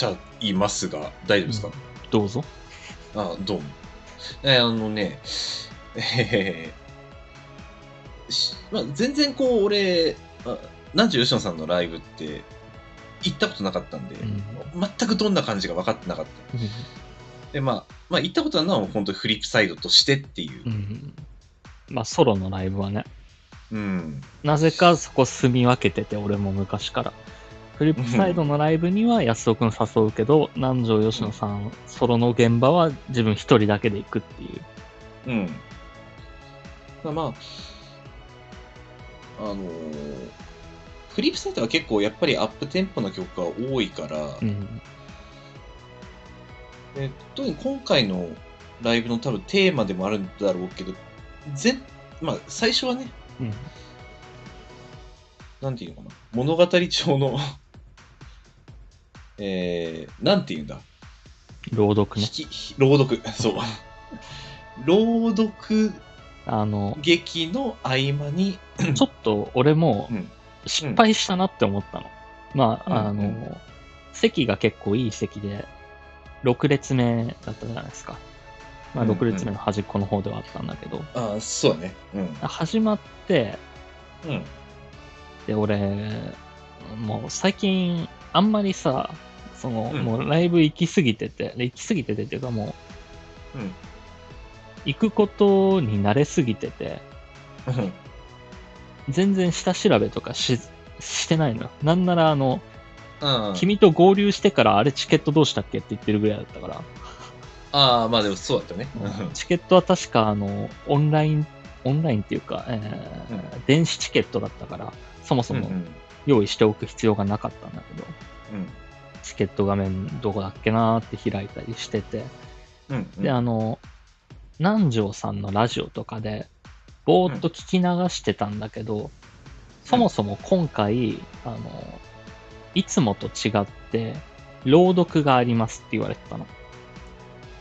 B: ちゃいますが、大丈夫ですか、
A: うどうぞ。
B: あ、どうも。えーあのね、えーしまあ、全然こう、俺、あ南條吉野さんのライブって、行ったことなかったんで、
A: うん
B: 全くどんな感じか分かってなかった。で、まあ、まあ、行ったことはなお、本当フリップサイドとしてっていう
A: う。ん。まあソロのライブはね、
B: うん。
A: なぜかそこ住み分けてて、俺も昔から。フリップサイドのライブには安尾くん誘うけど、南條吉野さん、ソロの現場は自分一人だけで行くっていう。
B: うん。まあ、まあ、あのーフリップサイドは結構やっぱりアップテンポな曲が多いから、
A: うん。
B: えー特に今回のライブの多分テーマでもあるんだろうけど、全、まあ最初はね、
A: うん。
B: なんていうのかな、物語調の えー、なんて言うんだ。
A: 朗読
B: 引
A: ね。
B: き、ひ朗読、 そう。朗読
A: あの、
B: 劇の合間に、
A: ちょっと俺も
B: うん
A: 失敗したなって思ったの。まあ、あ
B: うん
A: の、
B: うん
A: 席が結構いい席で、6列目だったじゃないですか。まあ、
B: うんうん
A: 6列目の端っこの方ではあったんだけど、
B: ああ、そうだね。うん。
A: 始まって、
B: うん。
A: で、俺、もう最近、あんまりさ、その、
B: うん
A: もうライブ行き過ぎてて、で行き過ぎててっていうかも
B: うん。
A: う、行くことに慣れすぎてて、
B: うん
A: 全然下調べとかししてないのよ。なんなら、あの、
B: あー
A: 君と合流してからあれチケットどうしたっけって言ってるぐらいだったから、
B: あー、まあでもそうだったね。うん
A: チケットは確かあのオンラインオンラインっていうか、えー電子チケットだったからそもそも
B: うん
A: 用意しておく必要がなかったんだけど、
B: うん
A: チケット画面どこだっけなーって開いたりしてて
B: うんうん
A: であの南條さんのラジオとかでぼーっと聞き流してたんだけど、そもそも今回あのいつもと違って朗読がありますって言われてたの。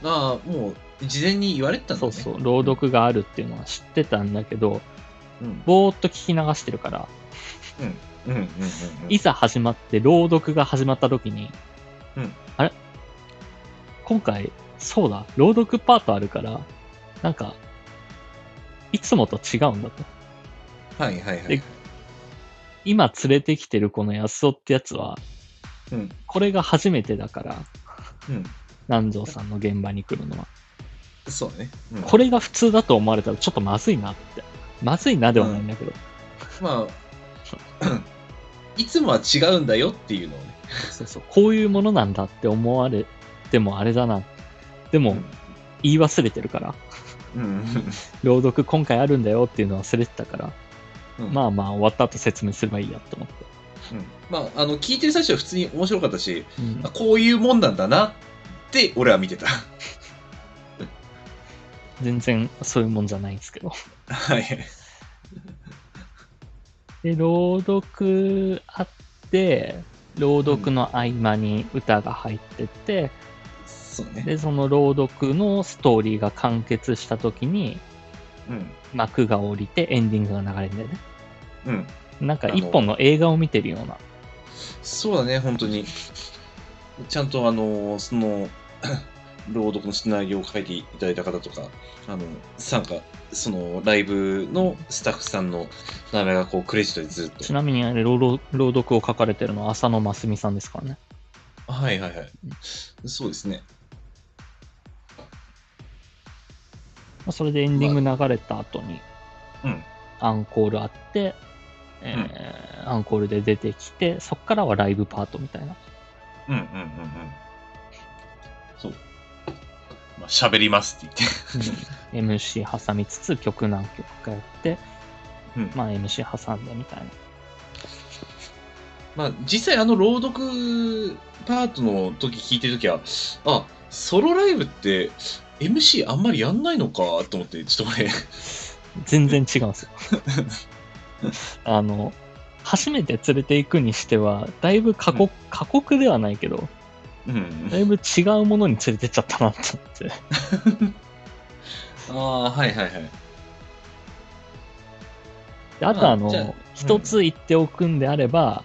B: ああ、もう、事前に言われてたんだ
A: そ
B: ね。
A: うそう、朗読があるっていうのは知ってたんだけど、
B: うん。
A: ぼーっと聞き流してるから、
B: うん。うん。うん。うん
A: いざ始まって朗読が始まった時に、
B: うん
A: あれ今回、そうだ、朗読パートあるから、なんか、いつもと違うんだと。
B: はいはいはい
A: で。今連れてきてるこの安尾ってやつは、
B: うん。
A: これが初めてだから、
B: うん。
A: 南條さんの現場に来るのは。
B: そうだね。うん
A: これが普通だと思われたらちょっとまずいなって。まずいなではないんだけど。
B: まあ、いつもは違うんだよっていうのをね。
A: そうそう、こういうものなんだって思われてもあれだな。でも、言い忘れてるから、
B: うん。うん
A: 朗読今回あるんだよっていうのは忘れてたから、
B: うん
A: まあまあ終わった後説明すればいいやと思って。
B: うんまあ、あの、聞いてる最初は普通に面白かったし、
A: うん
B: あこういうもんなんだなって、俺は見てた。
A: 全然そういうもんじゃないんですけど。
B: はい。
A: で、朗読あって、朗読の合間に歌が入ってって、
B: そうね。
A: で、その朗読のストーリーが完結した時に、
B: うん。
A: 幕が降りてエンディングが流れるんだよね。
B: うん。
A: なんか
B: あの
A: 一本の映画を見てるような。
B: そうだね、本当に。ちゃんと、あの、その、 朗読のシナリオを書いていただいた方とか、あの、参加、その、ライブのスタッフさんの名前がこう、クレジットでずっ
A: ち
B: と。
A: なみにあれ朗朗朗読を書かれてるのは浅野真澄さんですからね。
B: はいはいはい。そうですね。
A: まあそれでエンディング流れた後に
B: うん。
A: アンコールあって、えーアンコールで出てきて、そっからはライブパートみたいな。
B: うんうんうんうん。そう。まあ、喋りますって
A: MC 挟みつつ曲何曲かやって、
B: 言って。うん。
A: まあ MC 挟んでみたいな。
B: まあ、実際あの朗読パートの時聞いてる時は、あ、ソロライブって MC あんまりやんないのかと思って、ちょっと俺、
A: 全然違うんです よ。あの、初めて連れて行くにしては、だいぶ過酷、過酷ではないけど、
B: うん
A: だいぶ違うものに連れてっちゃったなと思って。
B: ああ、はいはいはい。
A: であとあ
B: あじゃあ
A: の、一、つ言っておくんであれば、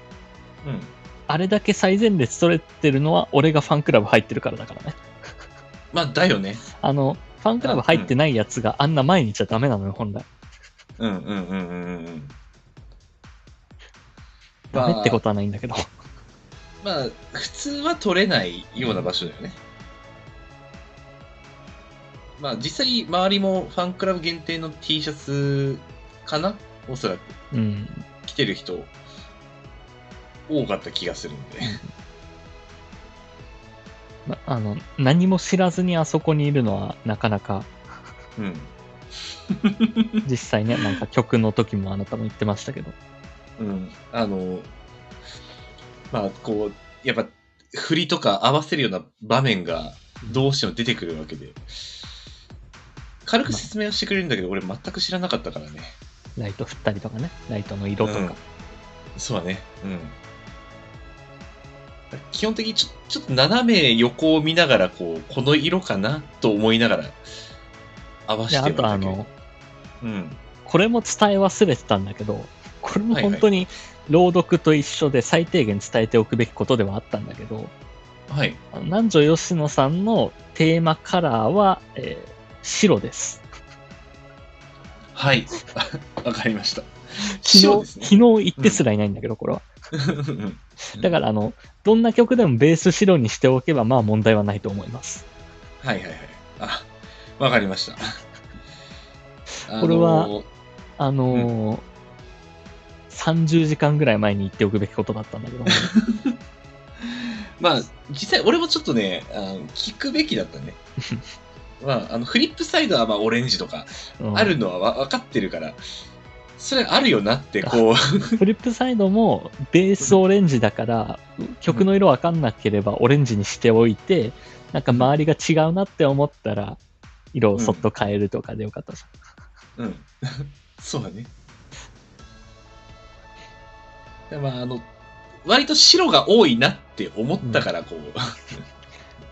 B: うん。
A: あれだけ最前列取れてるのは俺がファンクラブ入ってるからだからね。
B: まあ、だよね。
A: あの、ファンクラブ入ってないやつがあんな前にいちゃダメなのよ、本来。
B: うんうんうんうんうんうん。
A: ダメってことはないんだけど。
B: まあ、普通は取れないような場所だよね。まあ、実際、周りもファンクラブ限定の T シャツかなおそらく。
A: うん。
B: 来てる人多かった気がするんで。
A: まあの、何も知らずにあそこにいるのはなかなか、
B: うん。
A: 実際ね、なんか曲の時もあなたも言ってましたけど。
B: うん。あの、まあ、こう、やっぱ、振りとか合わせるような場面がどうしても出てくるわけで。軽く説明をしてくれるんだけど、俺全く知らなかったからね。
A: ライト振ったりとかね、ライトの色とか。
B: うんそうだね。うん。基本的にちょちょっと斜め横を見ながら、こう、この色かなと思いながら、合わ
A: で、
B: せ
A: あ
B: て
A: とあ
B: たけど
A: の、
B: うん。
A: これも伝え忘れてたんだけど、これも本当に朗読と一緒で最低限伝えておくべきことではあったんだけど、
B: はい。
A: あの南條吉野さんのテーマカラーは、えー白です。
B: はい。 わかりました。
A: 昨
B: 白で
A: 日、
B: すね。
A: 昨日言ってすらいないんだけど、これは。
B: うん
A: だから、あの、どんな曲でもベース白にしておけば、まあ問題はないと思います。
B: はいはいはい。あ、わかり ました。あのー
A: これは、あのー30時間ぐらい前に言っておくべきことだったんだ けど、
B: まあ、実際、俺もちょっとね、あの聞くべきだったね。 まあ、あの、フリップサイドは、まあ、オレンジとか、
A: うん
B: あるのはわ分かってるから、それあるよなって、こう、
A: フリップサイドもベースオレンジだから、曲の色わかんなければオレンジにしておいて、なんか周りが違うなって思ったら、色をそっと変えるとかでよかったじ
B: うん。 そうだね。でまあ、あの、割と白が多いなって思ったから、こう、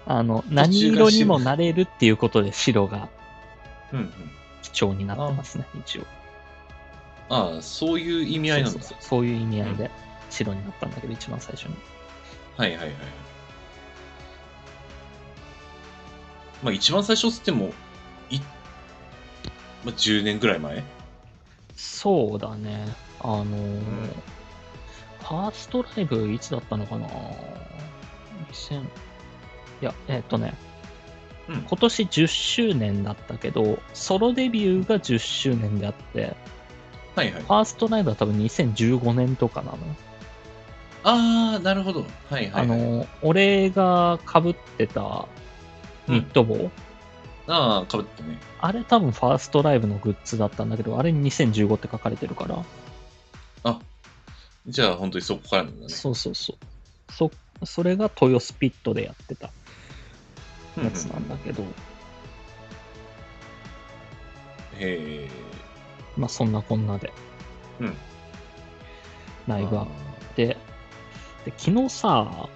A: ゃん。あの、何色にもなれるっていうことで白が
B: うんうん。
A: 貴重になってますね、一応。
B: ああ、そういう意味合いなんだ。
A: そうそうそういう意味合いで白になったんだけど、一番最初に。
B: はいはいはい。まあ、一番最初っつっても、いまあ、10年ぐらい前
A: そうだね。あのー
B: ん
A: ファーストライブいつだったのかな ?2000。いや、えっとね、
B: うん
A: 今年10周年だったけど、ソロデビューが10周年であって、
B: はいはい
A: フ。ァーストライブは多分2015年とかなの。
B: ああ、なるほど。はいは
A: あ
B: い、はい。
A: のー、俺が被ってたニット帽、
B: ああ、かぶってね。
A: あれ多分ファーストライブのグッズだったんだけど、あれに2015って書かれてるから、
B: じゃあ、本当にそこからなんだね。
A: そうそうそう。そ、それが豊スピットでやってた。
B: うんう
A: や
B: ん
A: つなんだけど、
B: へえ。
A: まあそんなこんなで、
B: うん
A: ライブあっ
B: あ
A: て、で昨日さ、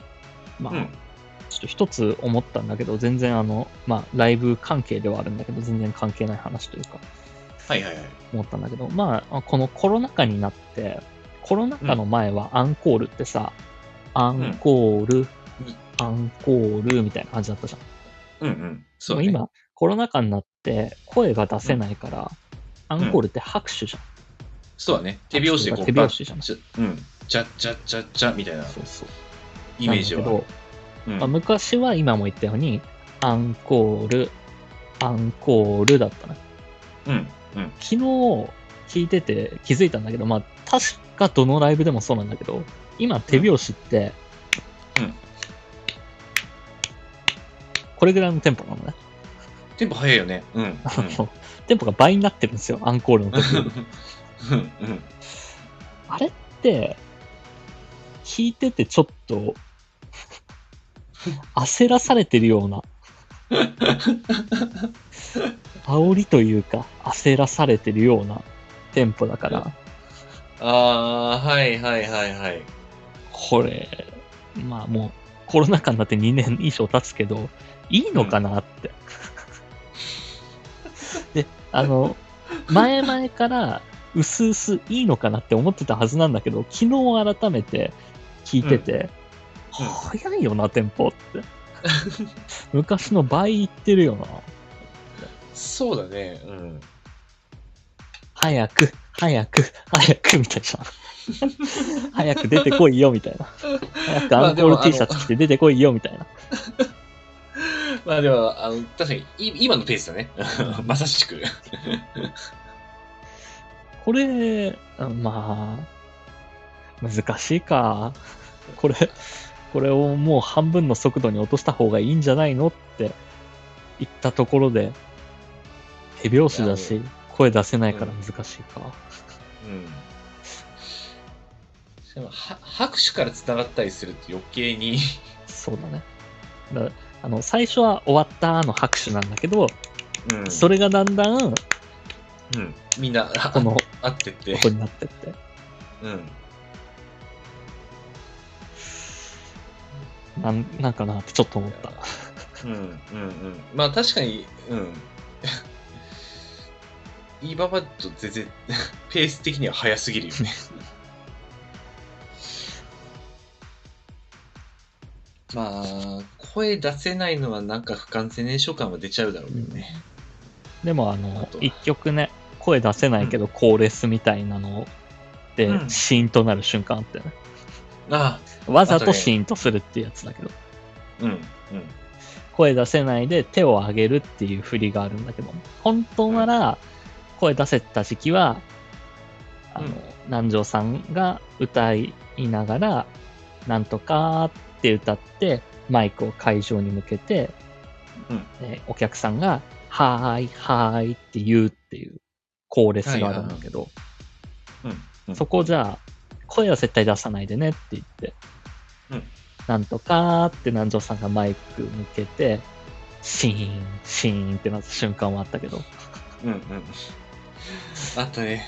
A: まあ、
B: ー
A: ちょっと一つ思ったんだけど、全然あの、まあライブ関係ではあるんだけど、全然関係ない話というか、
B: はいはいはい。
A: 思ったんだけど、まあ、このコロナ禍になって、コロナ禍の前はアンコールってさ、アンコール、アンコールみたいな感じだったじゃん。
B: うんうん。そう、
A: もう
B: ね。
A: 今、コロナ禍になって声が出せないから、
B: ん
A: アンコールって拍手じゃん。
B: そうだね。手拍子でこう、
A: 手拍子じゃ
B: バ
A: ない
B: ンちょうん。じゃっちゃっちゃっちゃみたいな
A: そうそう。
B: イメージは
A: なんだけど。
B: うん
A: まあ、昔は今も言ったように、アンコール、アンコールだったな。
B: うん。うん。
A: 昨日聞いてて気づいたんだけど、まあ確かどのライブでもそうなんだけど、今手拍子って、
B: うん
A: これぐらいのテンポなのね。
B: テンポ早いよね。うん。 うん。
A: あのテンポが倍になってるんですよ、アンコールの時より
B: うんうん。
A: あれって、聞いててちょっと、焦らされてるよう な。煽りというか、焦らされてるようなテンポだから、
B: ああー、はいはいはいはい。
A: これ、まあもう、コロナ禍になって2年以上経つけど、いいのかなって。で、あの、前々から、うすうすいいのかなって思ってたはずなんだけど、昨日改めて聞いてて、
B: うんうん
A: 早いよな、テンポって。昔の倍いってるよな。
B: そうだね。うん。
A: 早く、早く、早く、みたいな。早く出てこいよ、みたいな。早く
B: ま
A: ア
B: あ
A: ン
B: で
A: コー
B: も
A: ル T シャツ着て出てこいよ、みたいな。
B: まあでも、あの、確かに、い今のペースだね。 まさしく。
A: これ、まあ、難しいか。 これ、これをもう半分の速度に落とした方がいいんじゃないのって言ったところで、手拍子だ
B: い
A: し
B: や、
A: 声出せないから難しいか。
B: うん。しかも、は拍手から繋がったりすると余計に。
A: そうだね。だからあの、最初は終わったの拍手なんだけど、
B: うん。
A: それがだんだん、
B: うん。 みんな、あ
A: この
B: 合ってって。
A: 音になってって。
B: うん。
A: なんなんかなってちょっと思った。
B: うんうんうん。まあ確かに、うん。 イーババと全然、 ペース的には早すぎるよね。まあ、声出せないのはなんか不完全燃焼感は出ちゃうだろうけどね。
A: でもあ
B: あ
A: の
B: と、
A: 一曲ね、声出せないけど、コーレスみたいなので
B: う、ん
A: シーンとなる瞬間あってね。
B: あ
A: わざ
B: あと
A: と
B: ね
A: シーンとするってやつだけど、
B: あ、うんうん。
A: 声出せないで手を上げるっていう振りがあるんだけど、本当なら、声出せた時期は、あの
B: うん、
A: 南條さんが歌いながら、なんとかって歌って、マイクを会場に向けて、
B: うん
A: えーお客さんが、はーい、はーいって言うっていう、コーレスがあるんだけど、
B: うんうん
A: そこじゃあ、声は絶対出さないでねって言って、
B: うん
A: なんとかーって南條さんがマイク向けて、シーン、シーンってなった瞬間はあったけど、
B: うんうん。あったね。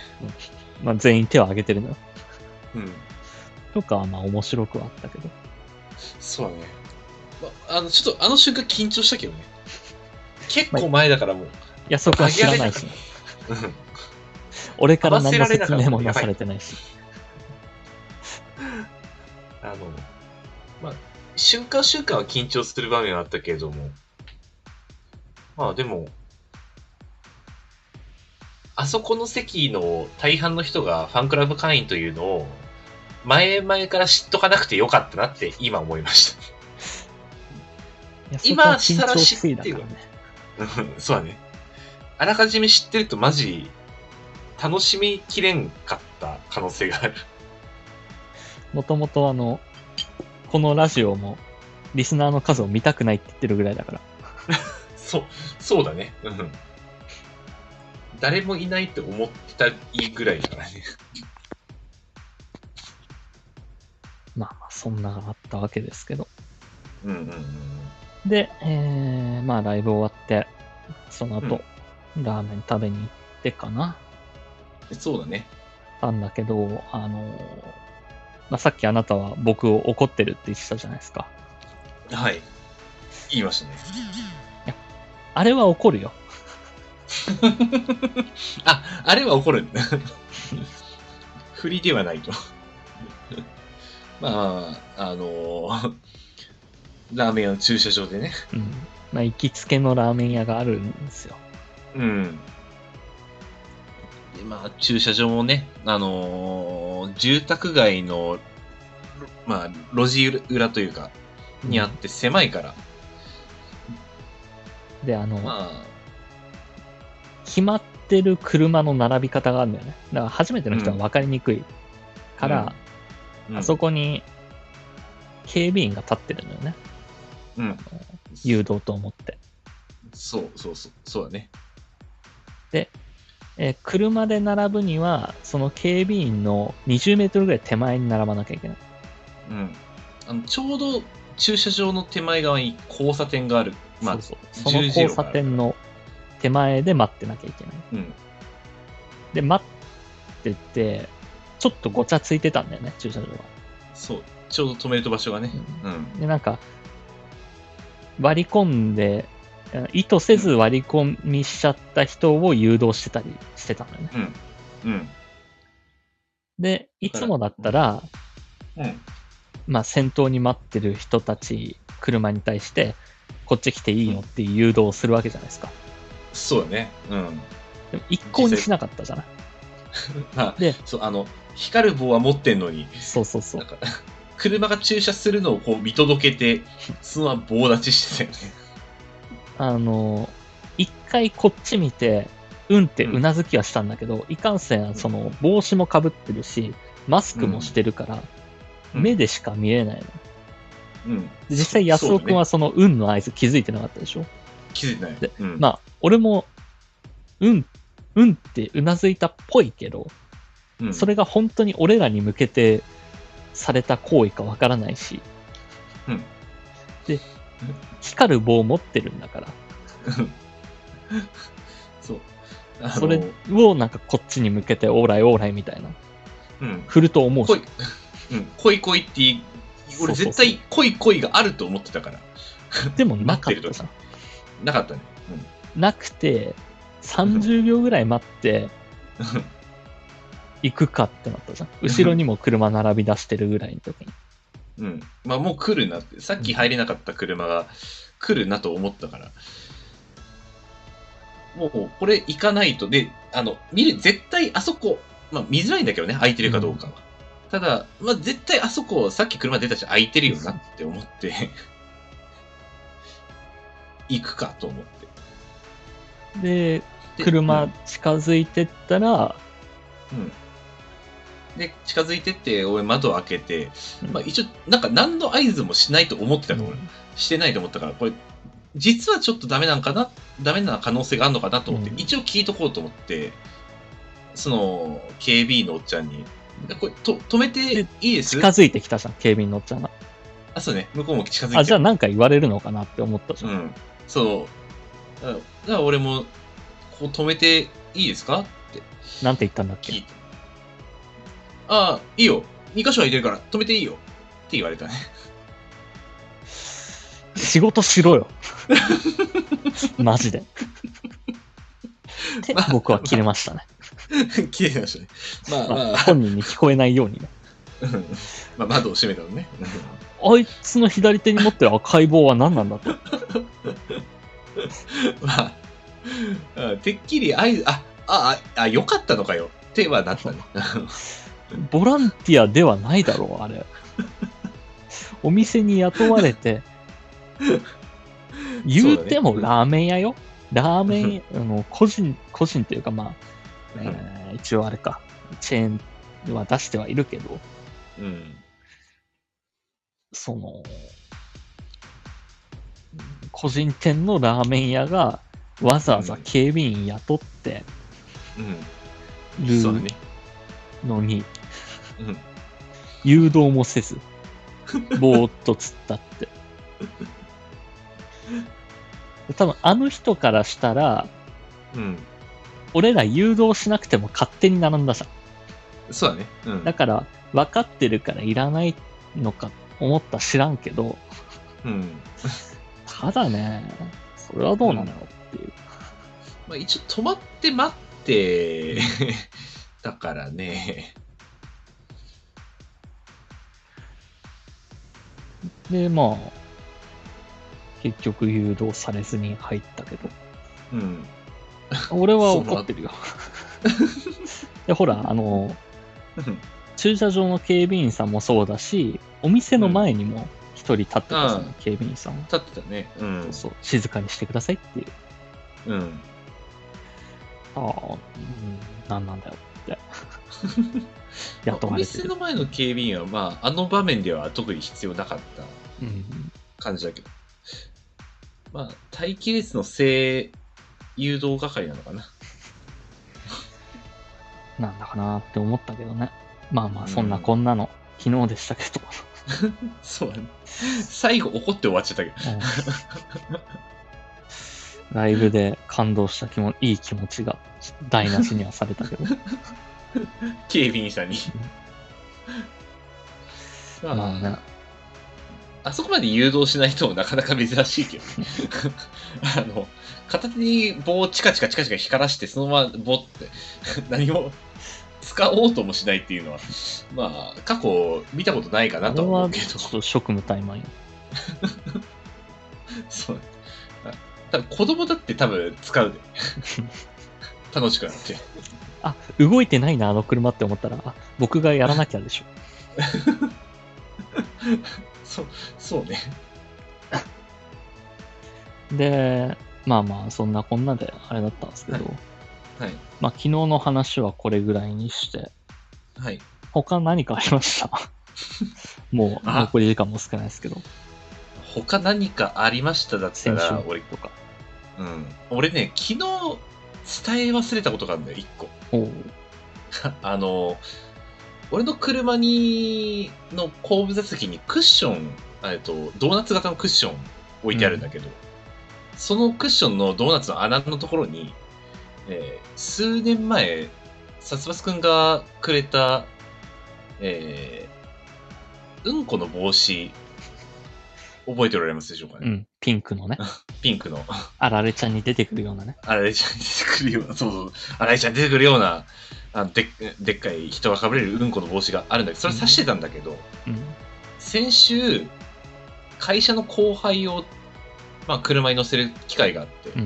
A: まあ、全員手を挙げてるのよ
B: うん。
A: とかはまあ面白くはあったけど、
B: そうだね。まあの、ちょっとあの瞬間緊張したけどね。結構前だからもう。
A: いや、そこは知らないし、
B: うん
A: 俺から何の説明もなされてないし、
B: あの、まあ、瞬間瞬間は緊張する場面はあったけれども、まあでも、あそこの席の大半の人がファンクラブ会員というのを、前々から知っとかなくてよかったなって今思いました。
A: いやそこ
B: 今
A: は緊張しすぎだからね。
B: うん そうだね。あらかじめ知ってるとマジ、楽しみきれんかった可能性がある。
A: もともとあの、このラジオも、リスナーの数を見たくないって言ってるぐらいだから、
B: そう、そうだね。うん。誰もいないって思ってたいぐらいだからね。
A: まあまあ、そんなのがあったわけですけど。
B: うんうんうん。
A: で、えー、まあライブ終わって、その後、ラーメン食べに行ってかな、
B: そうだね。
A: なんだけど、あのーまあ、さっきあなたは僕を怒ってるって言ってたじゃないですか。
B: はい。言いましたね。
A: あれは怒るよ。
B: あ、あれは怒る んだ。振りではないと。 まあ、あのーラーメン屋の駐車場でね。
A: うん。まあ、行きつけのラーメン屋があるんですよ。
B: うん。でまあ、駐車場もね、あのー住宅街の、まあ、路地裏というか、にあって狭いから、
A: で、あの、
B: ま
A: 決まってる車の並び方があるんだよね。だから初めての人は分かりにくい
B: あ、
A: から、
B: うん、
A: あそこに警備員が立ってるんだよね。
B: うん、
A: 誘導と思って。
B: そうそうそう、そうだね。
A: えー車で並ぶには、その警備員の20メートルぐらい手前に並ばなきゃいけない。
B: うん。あのちょうど駐車場の手前側に交差点がある。まあ、う
A: そうそうその交差点の手前で待ってなきゃいけない。
B: ん。
A: で、待ってて、ちょっとごちゃついてたんだよね、駐車場は。
B: そう。ちょうど止めると場所がね。うん。
A: で、なんか、割り込んで、えー意図せず割り込みしちゃった人を誘導してたりしてたんだよね。
B: うん。うん。
A: で、いつもだったら、
B: うん。
A: まあ、先頭に待ってる人たち、車に対して、こっち来ていいよっていう誘導をするわけじゃないですか。
B: そうだね。うん。
A: でも一向にしなかったじゃない。
B: まあ、
A: で
B: そう、あの、光る棒は持ってんのに、
A: そうそうそ
B: な。
A: うん
B: か、車が駐車するのをこう見届けて、そのまま棒立ちしてたよね。
A: あの、一回こっち見て、うんってうなずきはしたんだけど、いかんせん、その、帽子もかぶってるし、マスクもしてるから、
B: うん
A: 目でしか見えないの。
B: うん。
A: で実際、安尾くんはその、うんの合図気づいてなかったでしょ
B: 気づいてない
A: で。
B: うん。
A: まあ、俺も、うん、うんってうなずいたっぽいけど、
B: うん
A: それが本当に俺らに向けてされた行為かわからないし、
B: うん
A: で、光る棒持ってるんだから、
B: そう。あの
A: それをなんかこっちに向けて、オーライオーライみたいな、
B: うん。
A: 振ると思う
B: こ
A: し
B: い、うん、こいこいって
A: そうそ
B: 俺
A: う
B: 絶対恋恋があると思ってたから。
A: でもなかっ
B: 待ってる
A: た
B: 時
A: な。
B: なかったね。
A: なくて、30秒ぐらい待って、
B: うん。
A: 行くかってなったじゃん。後ろにも車並び出してるぐらいの時に。
B: うん。まあもう来るなって。さっき入れなかった車が来るなと思ったから。もうこれ行かないと。で、あの、見る、絶対あそこ、まあ見づらいんだけどね、空いてるかどうかは。ただ、まあ絶対あそこ、さっき車出たし空いてるよなって思って、 行くかと思って。
A: で、
B: で
A: 車近づいてったら、
B: で、近づいてって、俺窓を開けて、
A: うん
B: まあ一応、なんか何の合図もしないと思ってたの、俺。してないと思ったから、これ、実はちょっとダメなんかな、ダメな可能性があるのかなと思って、
A: うん
B: 一応聞いとこうと思って、その、警備員のおっちゃんに、これ、と止めていいです
A: 近づいてきたじゃん、警備員のおっちゃんが。
B: あ、そうね、向こうも近づいて
A: あ、じゃあなんか言われるのかなって思ったじゃ。
B: うんん。そう。だからだから俺も、こう止めていいですかって
A: なんて言ったんだっ
B: 聞い
A: け
B: て。ああ、いいよ。2箇所空いてるから止めていいよ。って言われたね。
A: 仕事し ろよ。マジで。で
B: まあ
A: 僕は切れましたね。
B: 綺麗な人ね。ま
A: ま
B: あま
A: あ
B: あ、
A: 本人に聞こえないようにね。
B: うん まあ窓を閉めたのね。 うん
A: あいつの左手に持ってる赤い棒は何なんだと。
B: まあ、うんてっきり合図、あ、あ、あ、あよかったのかよ。ってはなったね。
A: ボランティアではないだろう、あれ。お店に雇われ て、言うてもラーメン屋よ。ラーメン、あの個人、個人というか、まあ、えー一応あれか、チェーンは出してはいるけど、
B: うん。
A: その、個人店のラーメン屋がわざわざ警備員雇って
B: う
A: る
B: ん。そうだね。
A: のに、
B: うん。
A: 誘導もせず、 ぼーっと突っ立って。多分あの人からしたら、
B: うん。
A: 俺ら誘導しなくても勝手に並んだじゃん。
B: そうだね。うん
A: だ。から、分かってるからいらないのか思った知らんけど、
B: うん。
A: ただね、それはどうなのっていう。
B: まあ一応止まって待って、 だからね。
A: で、まあ、結局誘導されずに入ったけど、
B: うん。
A: 俺は怒ってるよ。 で、ほら、あの、
B: うん
A: 駐車場の警備員さんもそうだし、お店の前にも一人立ってた、その
B: うん
A: 警備員さんは。
B: 立ってたね。うん。
A: そう、静かにしてくださいっていう。
B: うん。
A: ああ、うん、なんなんだよ って。雇
B: お
A: われて
B: 店
A: る
B: の。前の警備員は、まあ、あの場面では特に必要なかった
A: うん、
B: 感じだけど。まあ、待機列の性誘導係なのかな。
A: なんだかなって思ったけどね。まあま
B: う
A: あ、
B: ん
A: そんなこんなの、昨日でしたけど。
B: そうだね。最後怒って終わっちゃったけど。
A: うんライブで感動した気も、いい気持ちが台無しにはされたけ ど。
B: 警備員さんに。まあ、
A: まあね
B: あそこまで誘導しない人もなかなか珍しいけどね。あの、片手に棒をチカチカチカチカ光らして、そのまま棒って何も使おうともしないっていうのは、まあ、過去見たことないかな
A: あれ
B: とは思
A: は
B: うけ
A: ち
B: ど。
A: ょっと職務怠慢よ。
B: そう。あ多分子供だって多分使うで。楽しくなって。
A: あ、動いてないな、あの車って思ったら、あ、僕がやらなきゃでしょ。
B: そう、そうね。
A: で、まあまあ、そんなこんなであれだったんですけど、
B: ははい。
A: まあ昨日の話はこれぐらいにして、
B: はい。
A: 他何かありました もう
B: あ
A: 残り時間も少ないですけど、
B: 他何かありましただった
A: 先週
B: ら、俺、
A: とか。
B: うん。俺ね、昨日伝え忘れたことがあるんだよ、一個。
A: おう
B: あの、俺の車に、の後部座席にクッション、えっと、ドーナツ型のクッション置いてあるんだけど、そのクッションのドーナツの穴のところに、えー数年前、サスバスくんがくれた、えうんこの帽子、覚えておられますでしょうかね。
A: うん。ピンクの ね。
B: ピンクの、
A: あられちゃんに出てくるようなね。
B: あられちゃんに出てくるような、そうそう、あられちゃんに出てくるような、あのでっでっかい人がかぶれるうんこの帽子があるんだけど、それ刺してたんだけど、
A: うん。
B: 先週、会社の後輩を、まあ、車に乗せる機会があって、
A: う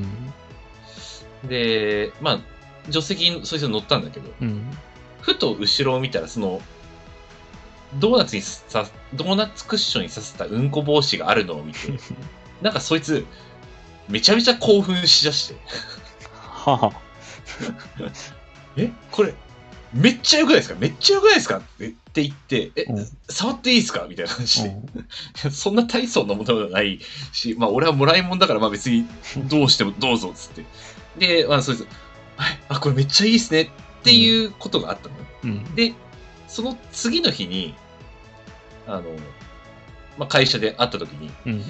A: ん。
B: で、まあ、助手席にそいつ乗ったんだけど、
A: うん。
B: ふと後ろを見たら、その、ドーナツにさ、ドーナツクッションに刺せたうんこ帽子があるのを 見て、なんかそいつ、めちゃめちゃ興奮しだして、
A: はは。
B: えこれ、めっちゃ良くないですかめっちゃ良くないですかってって言って、え、
A: うん
B: 触っていいですかみたいな話で。
A: う
B: そんな大層なものではないし、 まあ俺はもらいもんだから、まあ別にどうしてもどうぞっつって。で、まあそうです。はいあ、これめっちゃいいですねっていうことがあったの。
A: んうん。
B: で、その次の日に、あの、まあ会社で会った時に、
A: うん。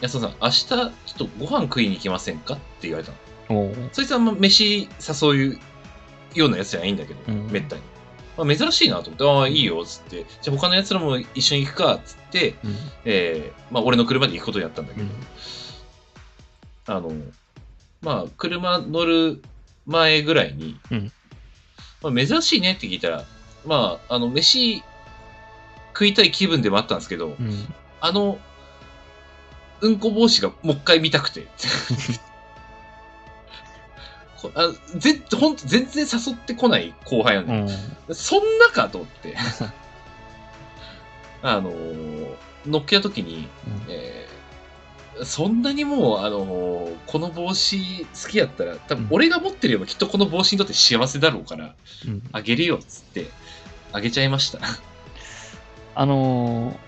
B: 安田さん、明日ちょっとご飯食いに行きませんかって言われたの。
A: おー
B: そいつはあんま飯誘うようなやつじゃないんだけど、
A: うん
B: めったに。まあ、珍しいなと思って、ああ、いいよ、つって。じゃあ他の奴らも一緒に行くか、つって、
A: うん。
B: えーまあ、俺の車で行くことになったんだけ
A: う
B: ど、
A: ん。
B: あの、まあ、車乗る前ぐらいに、
A: うん
B: まあ、珍しいねって聞いたら、まあ、あの、飯食いたい気分でもあったんですけど、
A: うん。
B: あの、うんこ帽子がもう一回見たくて。 こあぜほんと全然誘ってこない後輩なん
A: う
B: で、
A: ん。
B: そんなかと思 って。あのー乗っけた時に、えーそんなにもう、あのーこの帽子好きやったら、多分俺が持ってるよりもきっとこの帽子にとって幸せだろうから、
A: うん。
B: あげるよっつって、あげちゃいました。
A: あの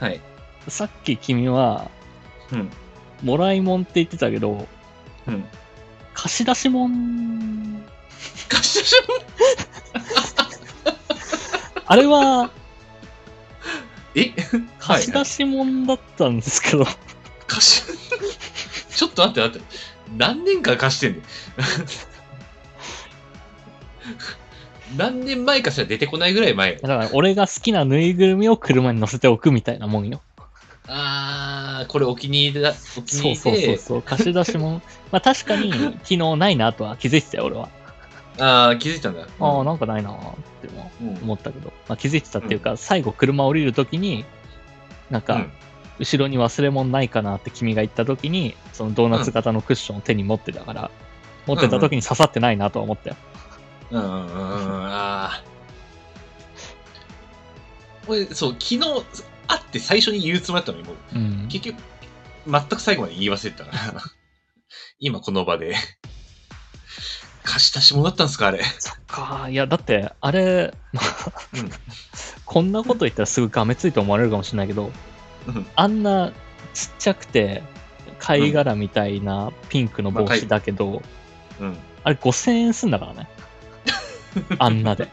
B: はい。
A: ー、さっき君は、
B: うん。
A: もらいもんって言ってたけど、
B: うん。
A: 貸し出しもん。
B: 貸し出しも
A: あれは、
B: え
A: 貸し出しもん だったんですけど、
B: 貸し、 ちょっと待って待って。何年間貸してんねん。 何年前かしら出てこないぐらい前。
A: だから俺が好きなぬいぐるみを車に乗せておくみたいなもんよ。
B: あー、これお気に入りだ、お気
A: そ
B: に入りで。
A: うそうそうそう、貸し出しもん。まあ確かに昨日ないなとは気づいてたよ、俺は。
B: あー、気づいたんだ。
A: ああ、なんかないなーっても
B: うん、
A: 思ったけど、まあ、気づいてたっていうか、最後車降りるときに、なん
B: う
A: か
B: ん、
A: 後ろに忘れ物ないかなって君が言ったときに、そのドーナツ型のクッションを手に持ってたから、持ってたときに刺さってないなとは思ったよ。
B: うんうんうんうん、ああ。俺、そう、昨日、会って最初に言うつもりだったのに、もう、
A: うん。
B: 結局、全く最後まで言い忘れてたから。 今この場で。 貸し出し物だったんですか、あれ。
A: そっかー、いや、だって、あれ、まあ
B: うん
A: こんなこと言ったらすぐがめついと思われるかもしれないけど、
B: うん
A: あんなちっちゃくて、貝殻みたいなピンクの帽
B: まあ貝
A: 子だけど、
B: うん。
A: あれ5000円すんだから ね。あんなで。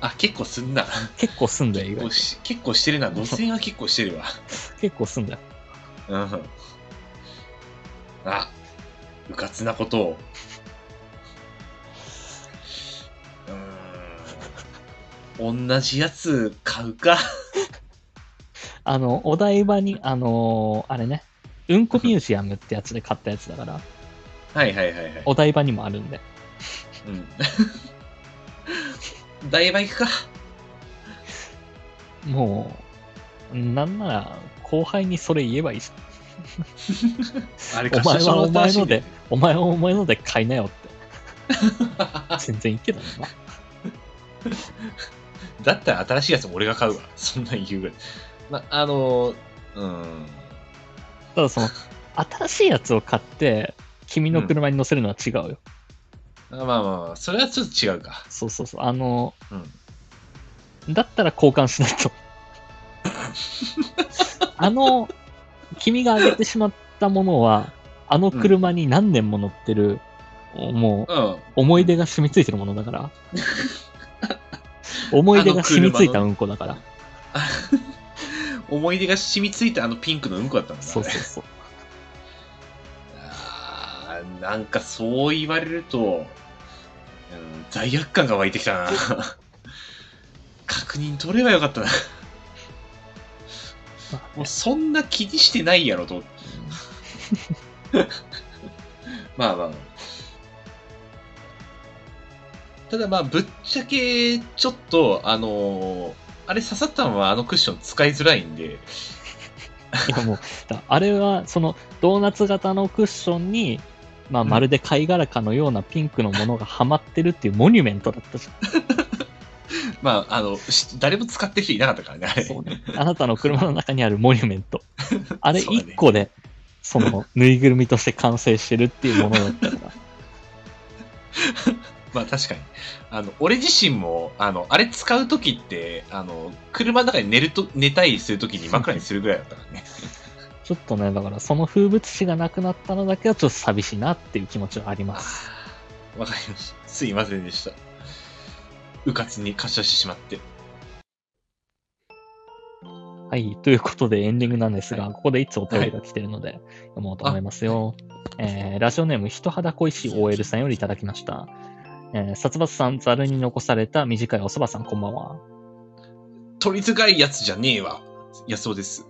B: あ、結構すんな。
A: 結構すんだよ、意
B: 結
A: 外
B: 構
A: と
B: し結構してるな。5000円は結構してるわ。
A: 結構すんだよ。
B: うん。あ、うかつなことを。うーん。同じやつ買うか。
A: あの、お台場に、あのーあれね、うんこミュージアムってやつで買ったやつだから、
B: はいはいはいはい。
A: お台場にもあるんで。
B: うん。 台場行くか。
A: もう、なんなら、後輩にそれ言えばいいじゃん。
B: あれ
A: お前はお前ので
B: 貸し出し物だったらしいね。
A: お前はお前ので買いなよって。 全然いいけどな。
B: だったら新しいやつも俺が買うわ。そんなん言うぐらい。ま、あのー、うん。
A: ただその、新しいやつを買って、君の車に乗せるのは違うよ。
B: まあまあまあ、それはちょっと違うか。
A: そうそうそう。あの、
B: うん。
A: だったら交換しないと。あの、君があげてしまったものは、あの車に何年も乗ってる、もう、
B: うん。
A: 思い出が染みついてるものだから。思い出が染みついたうんこだから。
B: あ思い出が染みついたあのピンクのうんこだったんだ、ね、
A: そうそうそう。
B: あーなんかそう言われると、うん罪悪感が湧いてきたな。 確認取ればよかったな。
A: まあね
B: も うそんな気にしてないやろと思って。まあまあ。ただまあ、ぶっちゃけ、ちょっと、あのーあれ刺さったままあのクッション使いづらいんで、
A: いやもうだあれはそのドーナツ型のクッションに、まあ、
B: うん
A: まるで貝殻かのようなピンクのものがはまってるっていうモニュメントだったじ
B: まあ、あの、し誰も使ってる人いなかったからね、あ
A: ゃん
B: れ。
A: そう、ね、あなたの車の中にあるモニュメン トあれ
B: そうだね
A: 1個でそ のぬいぐるみとして完成してるっていうものだったから
B: まあ確かに。あの、俺自身も、あの、あれ使うときって、あの、車の中に寝ると、寝たりするときに枕にするぐらいだったからね。
A: ちょっとねだからその風物詩がなくなったのだけはちょっと寂しいなっていう気持ち はあります
B: わかりました。すいませんでした。うかつに過謝してしまって。
A: はい。ということでエンディングなんですが、
B: は
A: ここでいつお便りが来てるので、読もうと思いますよ。えーラジオネーム、人肌恋しい OL さんよりいただきました。えー殺伐さん、ざるに残された短いおそばさん、こんばんは。
B: 取りづらいやつじゃねえわ。安尾です。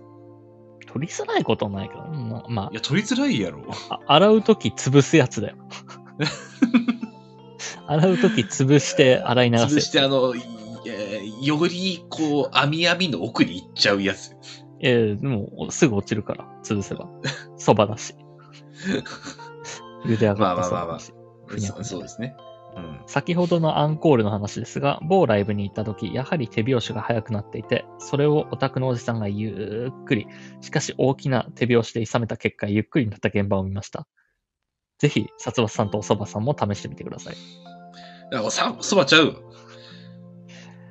A: 取りづらいことはないけど、まあま
B: いや、取りづらいやろ。
A: あ、あ洗うとき潰すやつ だよ。洗うとき潰して洗い流
B: 潰し
A: す。
B: て、あの、いえーより、こう、網網の奥に行っちゃうやつ。
A: えー、でも、すぐ落ちるから、潰せば。そば だし。茹で上がったそ
B: まあまあま
A: ば
B: あま
A: だ
B: あ
A: し。ふにゃふにゃ
B: そそうですね。うん。
A: 先ほどのアンコールの話ですが、某ライブに行った時、やはり手拍子が速くなっていて、それをオタクのおじさんがゆっくり、しかし大きな手拍子で勇めた結果、ゆっくりになった現場を見ました。ぜひ、殺伐さんとおそばさんも試してみてください。
B: だからさ、そばちゃうわ。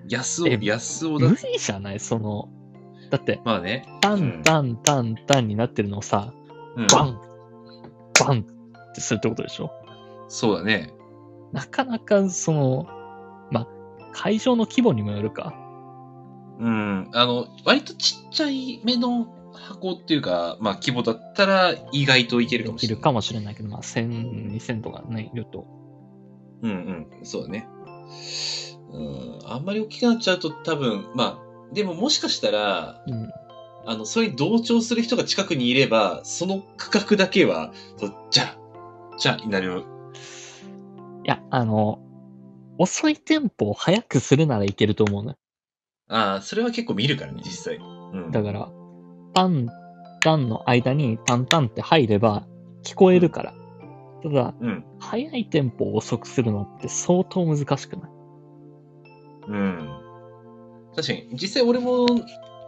B: 安尾、
A: え
B: 安尾だ
A: 無。理じゃないその、だって、
B: まあね。
A: タ
B: うん
A: ンタンタンタンになってるのをさ、
B: うん
A: バンバンってするってことでしょ
B: そうだね。
A: なかなか、その、ま、会場の規模にもよるか。
B: うん。あの、割とちっちゃい目の箱っていうか、まあ、規模だったら意外といけるか
A: で
B: も
A: き
B: しれ
A: る
B: ない。
A: かもしれないけど、まあ、1000、2000とかね、いると
B: うんうん。そうだね。うん。あんまり大きくなっちゃうと多分、まあ、でももしかしたら、
A: うん、
B: あの、それに同調する人が近くにいれば、その価格だけは、そうじゃ、じゃ、になる。
A: いや、あの、遅いテンポを速くするならいけると思うね。
B: ああ、それは結構見るからね、実際。うん。
A: だから、タンタンの間にタンタンって入れば聞こえるから。ただ、
B: うん。
A: 速いテンポを遅くするのって相当難しくない
B: うん。確かに、実際俺も、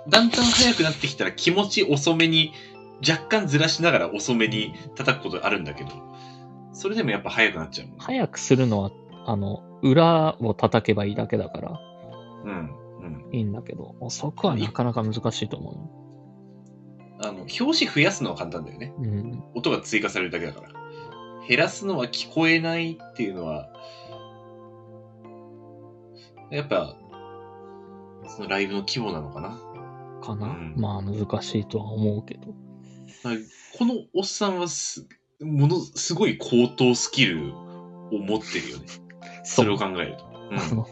B: だんだん速くなってきたら気持ち遅めに、若干ずらしながら遅めに叩くことあるんだけど、それでもやっぱ速くなっちゃうもん。
A: 速くするのは、あの、裏を叩けばいいだけだから
B: うん。うん。
A: いいんだけど、遅くはなかなか難しいと思
B: あの、表紙増やすのは簡単だよね。
A: うね。うん。
B: 音が追加されるだけだから。減らすのは聞こえないっていうのは、やっぱ、そのライブの規模なのかな。
A: かな、
B: うん
A: まあ難しいとは思うけど。
B: はいこのおっさんはす、ものすごい高等スキルを持ってるよね。それを考えると。うん
A: あの、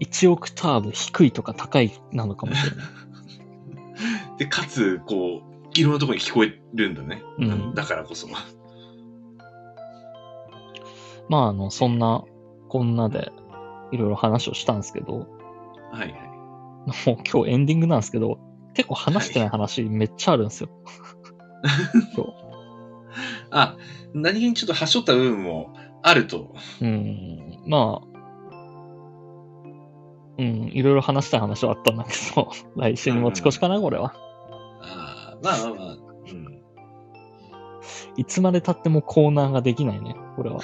A: 1オクターブ低いとか高いなのかもしれない。
B: で、かつ、こう、いろんなところに聞こえるんだね。
A: うん
B: だからこそ。
A: まあ、あの、そんな、こんなで、いろいろ話をしたんですけど、
B: はいはい。
A: もう今日エンディングなんですけど、結構話してない話めっちゃあるんですよ。
B: あ、何気にちょっと端折った部分もあると。
A: うん、まあ、うん、いろいろ話したい話はあったんだけど、 来週に持ち越しかな、これは。
B: あーまあまあまあ。うん
A: いつまで経ってもコーナーができないね、これは。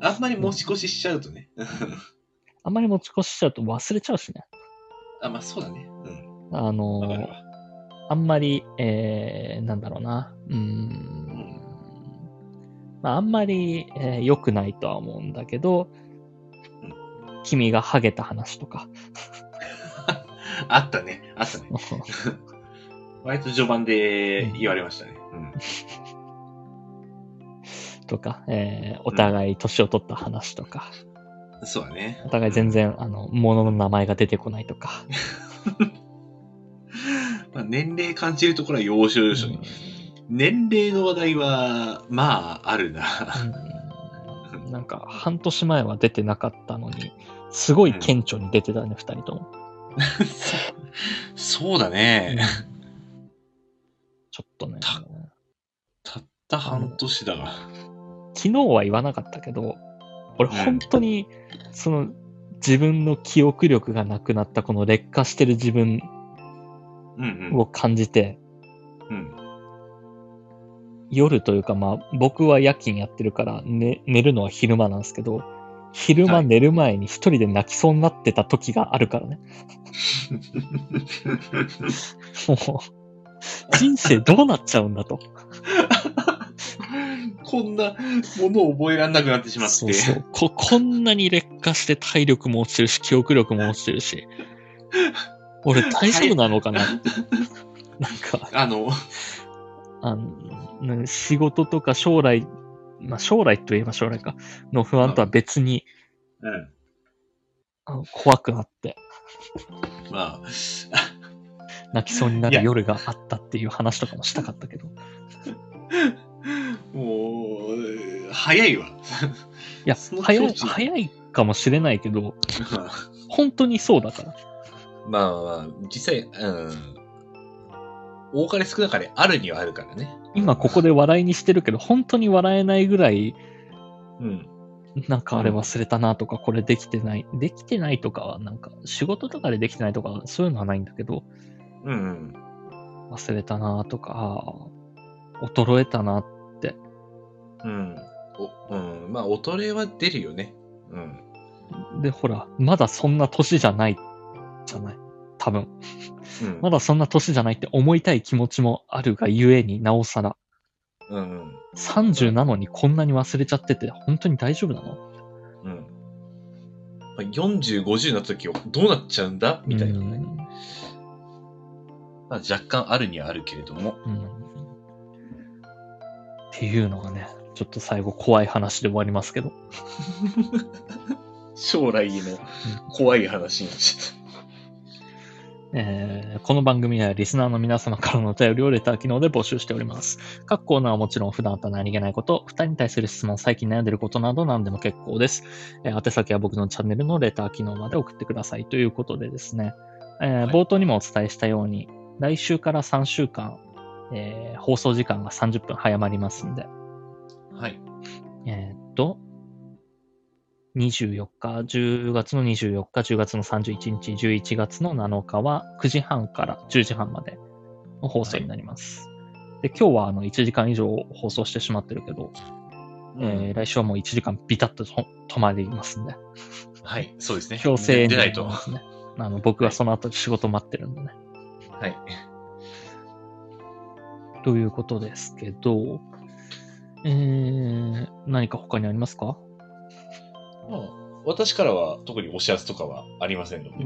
B: あんまり持ち越ししちゃうとね。
A: あんまり持ち越ししちゃうと忘れちゃうしね。
B: あ、まあそうだね。うん。
A: あの
B: わかる
A: ー、
B: わ。
A: あんまり、えー、なんだろうな、うーん、まあ、あんまり、えー良くないとは思うんだけど
B: うん、
A: 君がハゲた話とか、
B: あったね。あったね。割と序盤で言われましたね。うん。
A: とか、えーお互い年を取った話とか、
B: そうだね。
A: お互い全然、あの、物の名前が出てこないとか。
B: まあ、年齢感じるところは要所要所に。年齢の話題は、まあ、あるな。
A: うんうんなんか、半年前は出てなかったのに、すごい顕著に出てたね、二人とも。
B: そうだね。
A: ちょっとね。
B: たたった半年だが。
A: 昨日は言わなかったけど、俺本当に、その、自分の記憶力がなくなったこの劣化してる自分
B: うん
A: を感じて、
B: うん。 うん。
A: 夜というかまあ僕は夜勤やってるから、ね、寝るのは昼間なんですけど、昼
B: は
A: 間
B: い
A: 寝る前に一人で泣きそうになってた時があるからね。もう、人生どうなっちゃうんだと。
B: こんなものを覚えられなくなってしまって。
A: そうそうこ。こんなに劣化して体力も落ちてるし、記憶力も落ちてるし、俺大丈夫なのかな って。なんか、
B: あの、
A: あの、ね仕事とか将来、まあ将来といえば将来か、の不安とは別に、
B: うん。
A: あの怖くなって、
B: まあ、
A: 泣きそうにない
B: や
A: る夜があったっていう話とかもしたかったけど。い
B: もう、早いわ。
A: や、
B: その
A: 早い、
B: 境地
A: 早いかもしれないけど、本当にそうだから。
B: まあまあ、実際、うん。多かれ少なかれあるにはあるからね。
A: 今ここで笑いにしてるけど、本当に笑えないぐらい、
B: うん。
A: なんかあれ忘れたなとか、これできてない。できてないとかは、なんか仕事とかでできてないとか、そういうのはないんだけど、
B: うんうん。
A: 忘れたなとか、あー衰えたな。
B: うん。おうん、まあ、衰えは出るよね。うん。
A: で、ほら、まだそんな年じゃない、じゃない。多分。
B: うん。
A: まだそんな年じゃないって思いたい気持ちもあるがゆえになおさら。
B: うん。
A: 30なのにこんなに忘れちゃってて、本当に大丈夫なの
B: うん。まあ40、50になった時どうなっちゃうんだみたいなね。まあ、若干あるにはあるけれども。
A: うん。うん。っていうのがね、ちょっと最後怖い話で終わりますけど。
B: 将来への怖い話になっちゃっ
A: えーこの番組はリスナーの皆様からのお便りをレター機能で募集しております。各コーナーはもちろん普段あった何気ないこと、二人に対する質問、最近悩んでることなど何でも結構です。えー宛先は僕のチャンネルのレター機能まで送ってくださいということでですね、えー
B: はい
A: 冒頭にもお伝えしたように、来週から3週間、えー放送時間が30分早まりますんで、
B: た。はい。
A: えーっと、24日、10月の24日、10月の31日、11月の7日は9時半から10時半までの放送になります。で、今日はあの1時間以上放送してしまってるけど、えー来週はもう1時間ビタッとと止まりますんで、
B: はい、そうですね。
A: 強制
B: 出
A: 演
B: な
A: 技
B: い
A: になり
B: と。
A: ま
B: は
A: すね。 あの僕はその後仕事待ってるんでね。
B: い。
A: ということですけど、えー、何か他にありますか、
B: まあ、私からは特にお知らせとかはありませんので。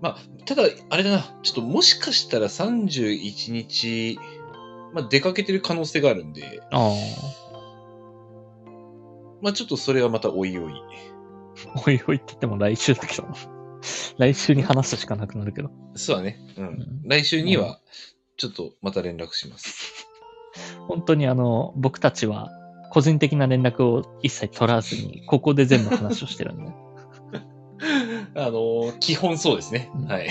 B: まあ、ただ、あれだな、ちょっともしかしたら31日、まあ、出かけてる可能性があるんで、
A: ああ、
B: まあ、ちょっとそれはまたおいおい。
A: おいおいって言っても来週だけどな。 来週に話すしかなくなるけど。
B: そうだね。うん。
A: ん
B: 来週には、ちょっとまた連絡します。
A: 本当にあの、僕たちは個人的な連絡を一切取らずに、ここで全部話をしてるんで。
B: あのー基本そうですね。
A: うん
B: はい。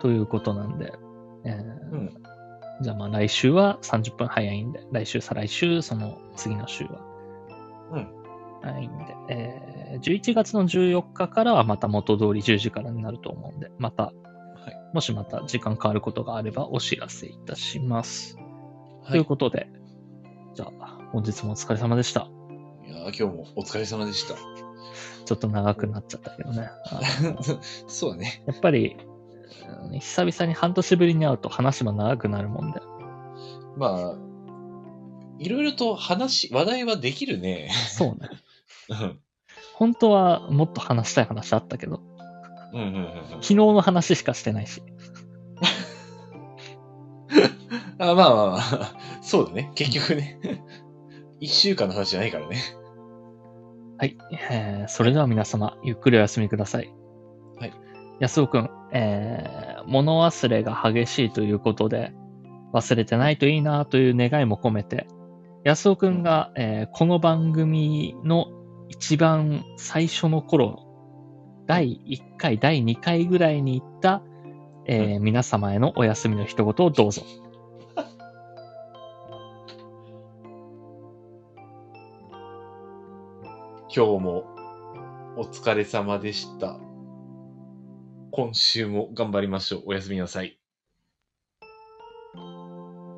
A: ということなんで。えー
B: うん
A: じゃあまあ来週は30分早いんで、来週再来週、その次の週は。
B: うん
A: 早いんで、えー11月の14日からはまた元通り10時からになると思うんで、また、もしまた時間変わることがあればお知らせいたします。
B: は
A: と
B: い。
A: い
B: いう
A: ことで、じゃあ、本日もお疲れ様でした。
B: やー今日もお疲れ様でした。
A: ちょっと長くなっちゃったけどね。あの
B: そうだね。
A: やっぱり、うん久々に半年ぶりに会うと話も長くなるもんで。
B: まあ、いろいろと話、話題はできるね。
A: そうね。
B: うん。
A: 本当はもっと話したい話あったけど、
B: うんうんうんうん
A: 昨日の話しかしてないし。
B: あまあまあま あ、そうだね。結局ね。一週間の話じゃないからね。
A: はい、えーそれでは皆様、ゆっくりお休みください。
B: はい。
A: 安尾くん、えー物忘れが激しいということで、忘れてないといいなという願いも込めて、安尾くんが、えーこの番組の一番最初の頃、第1回、第2回ぐらいに行った、えー皆様へのお休みの一言をどうぞ。
B: 今日もお疲れ様でした。今週も頑張りましょう。おやすみなさい。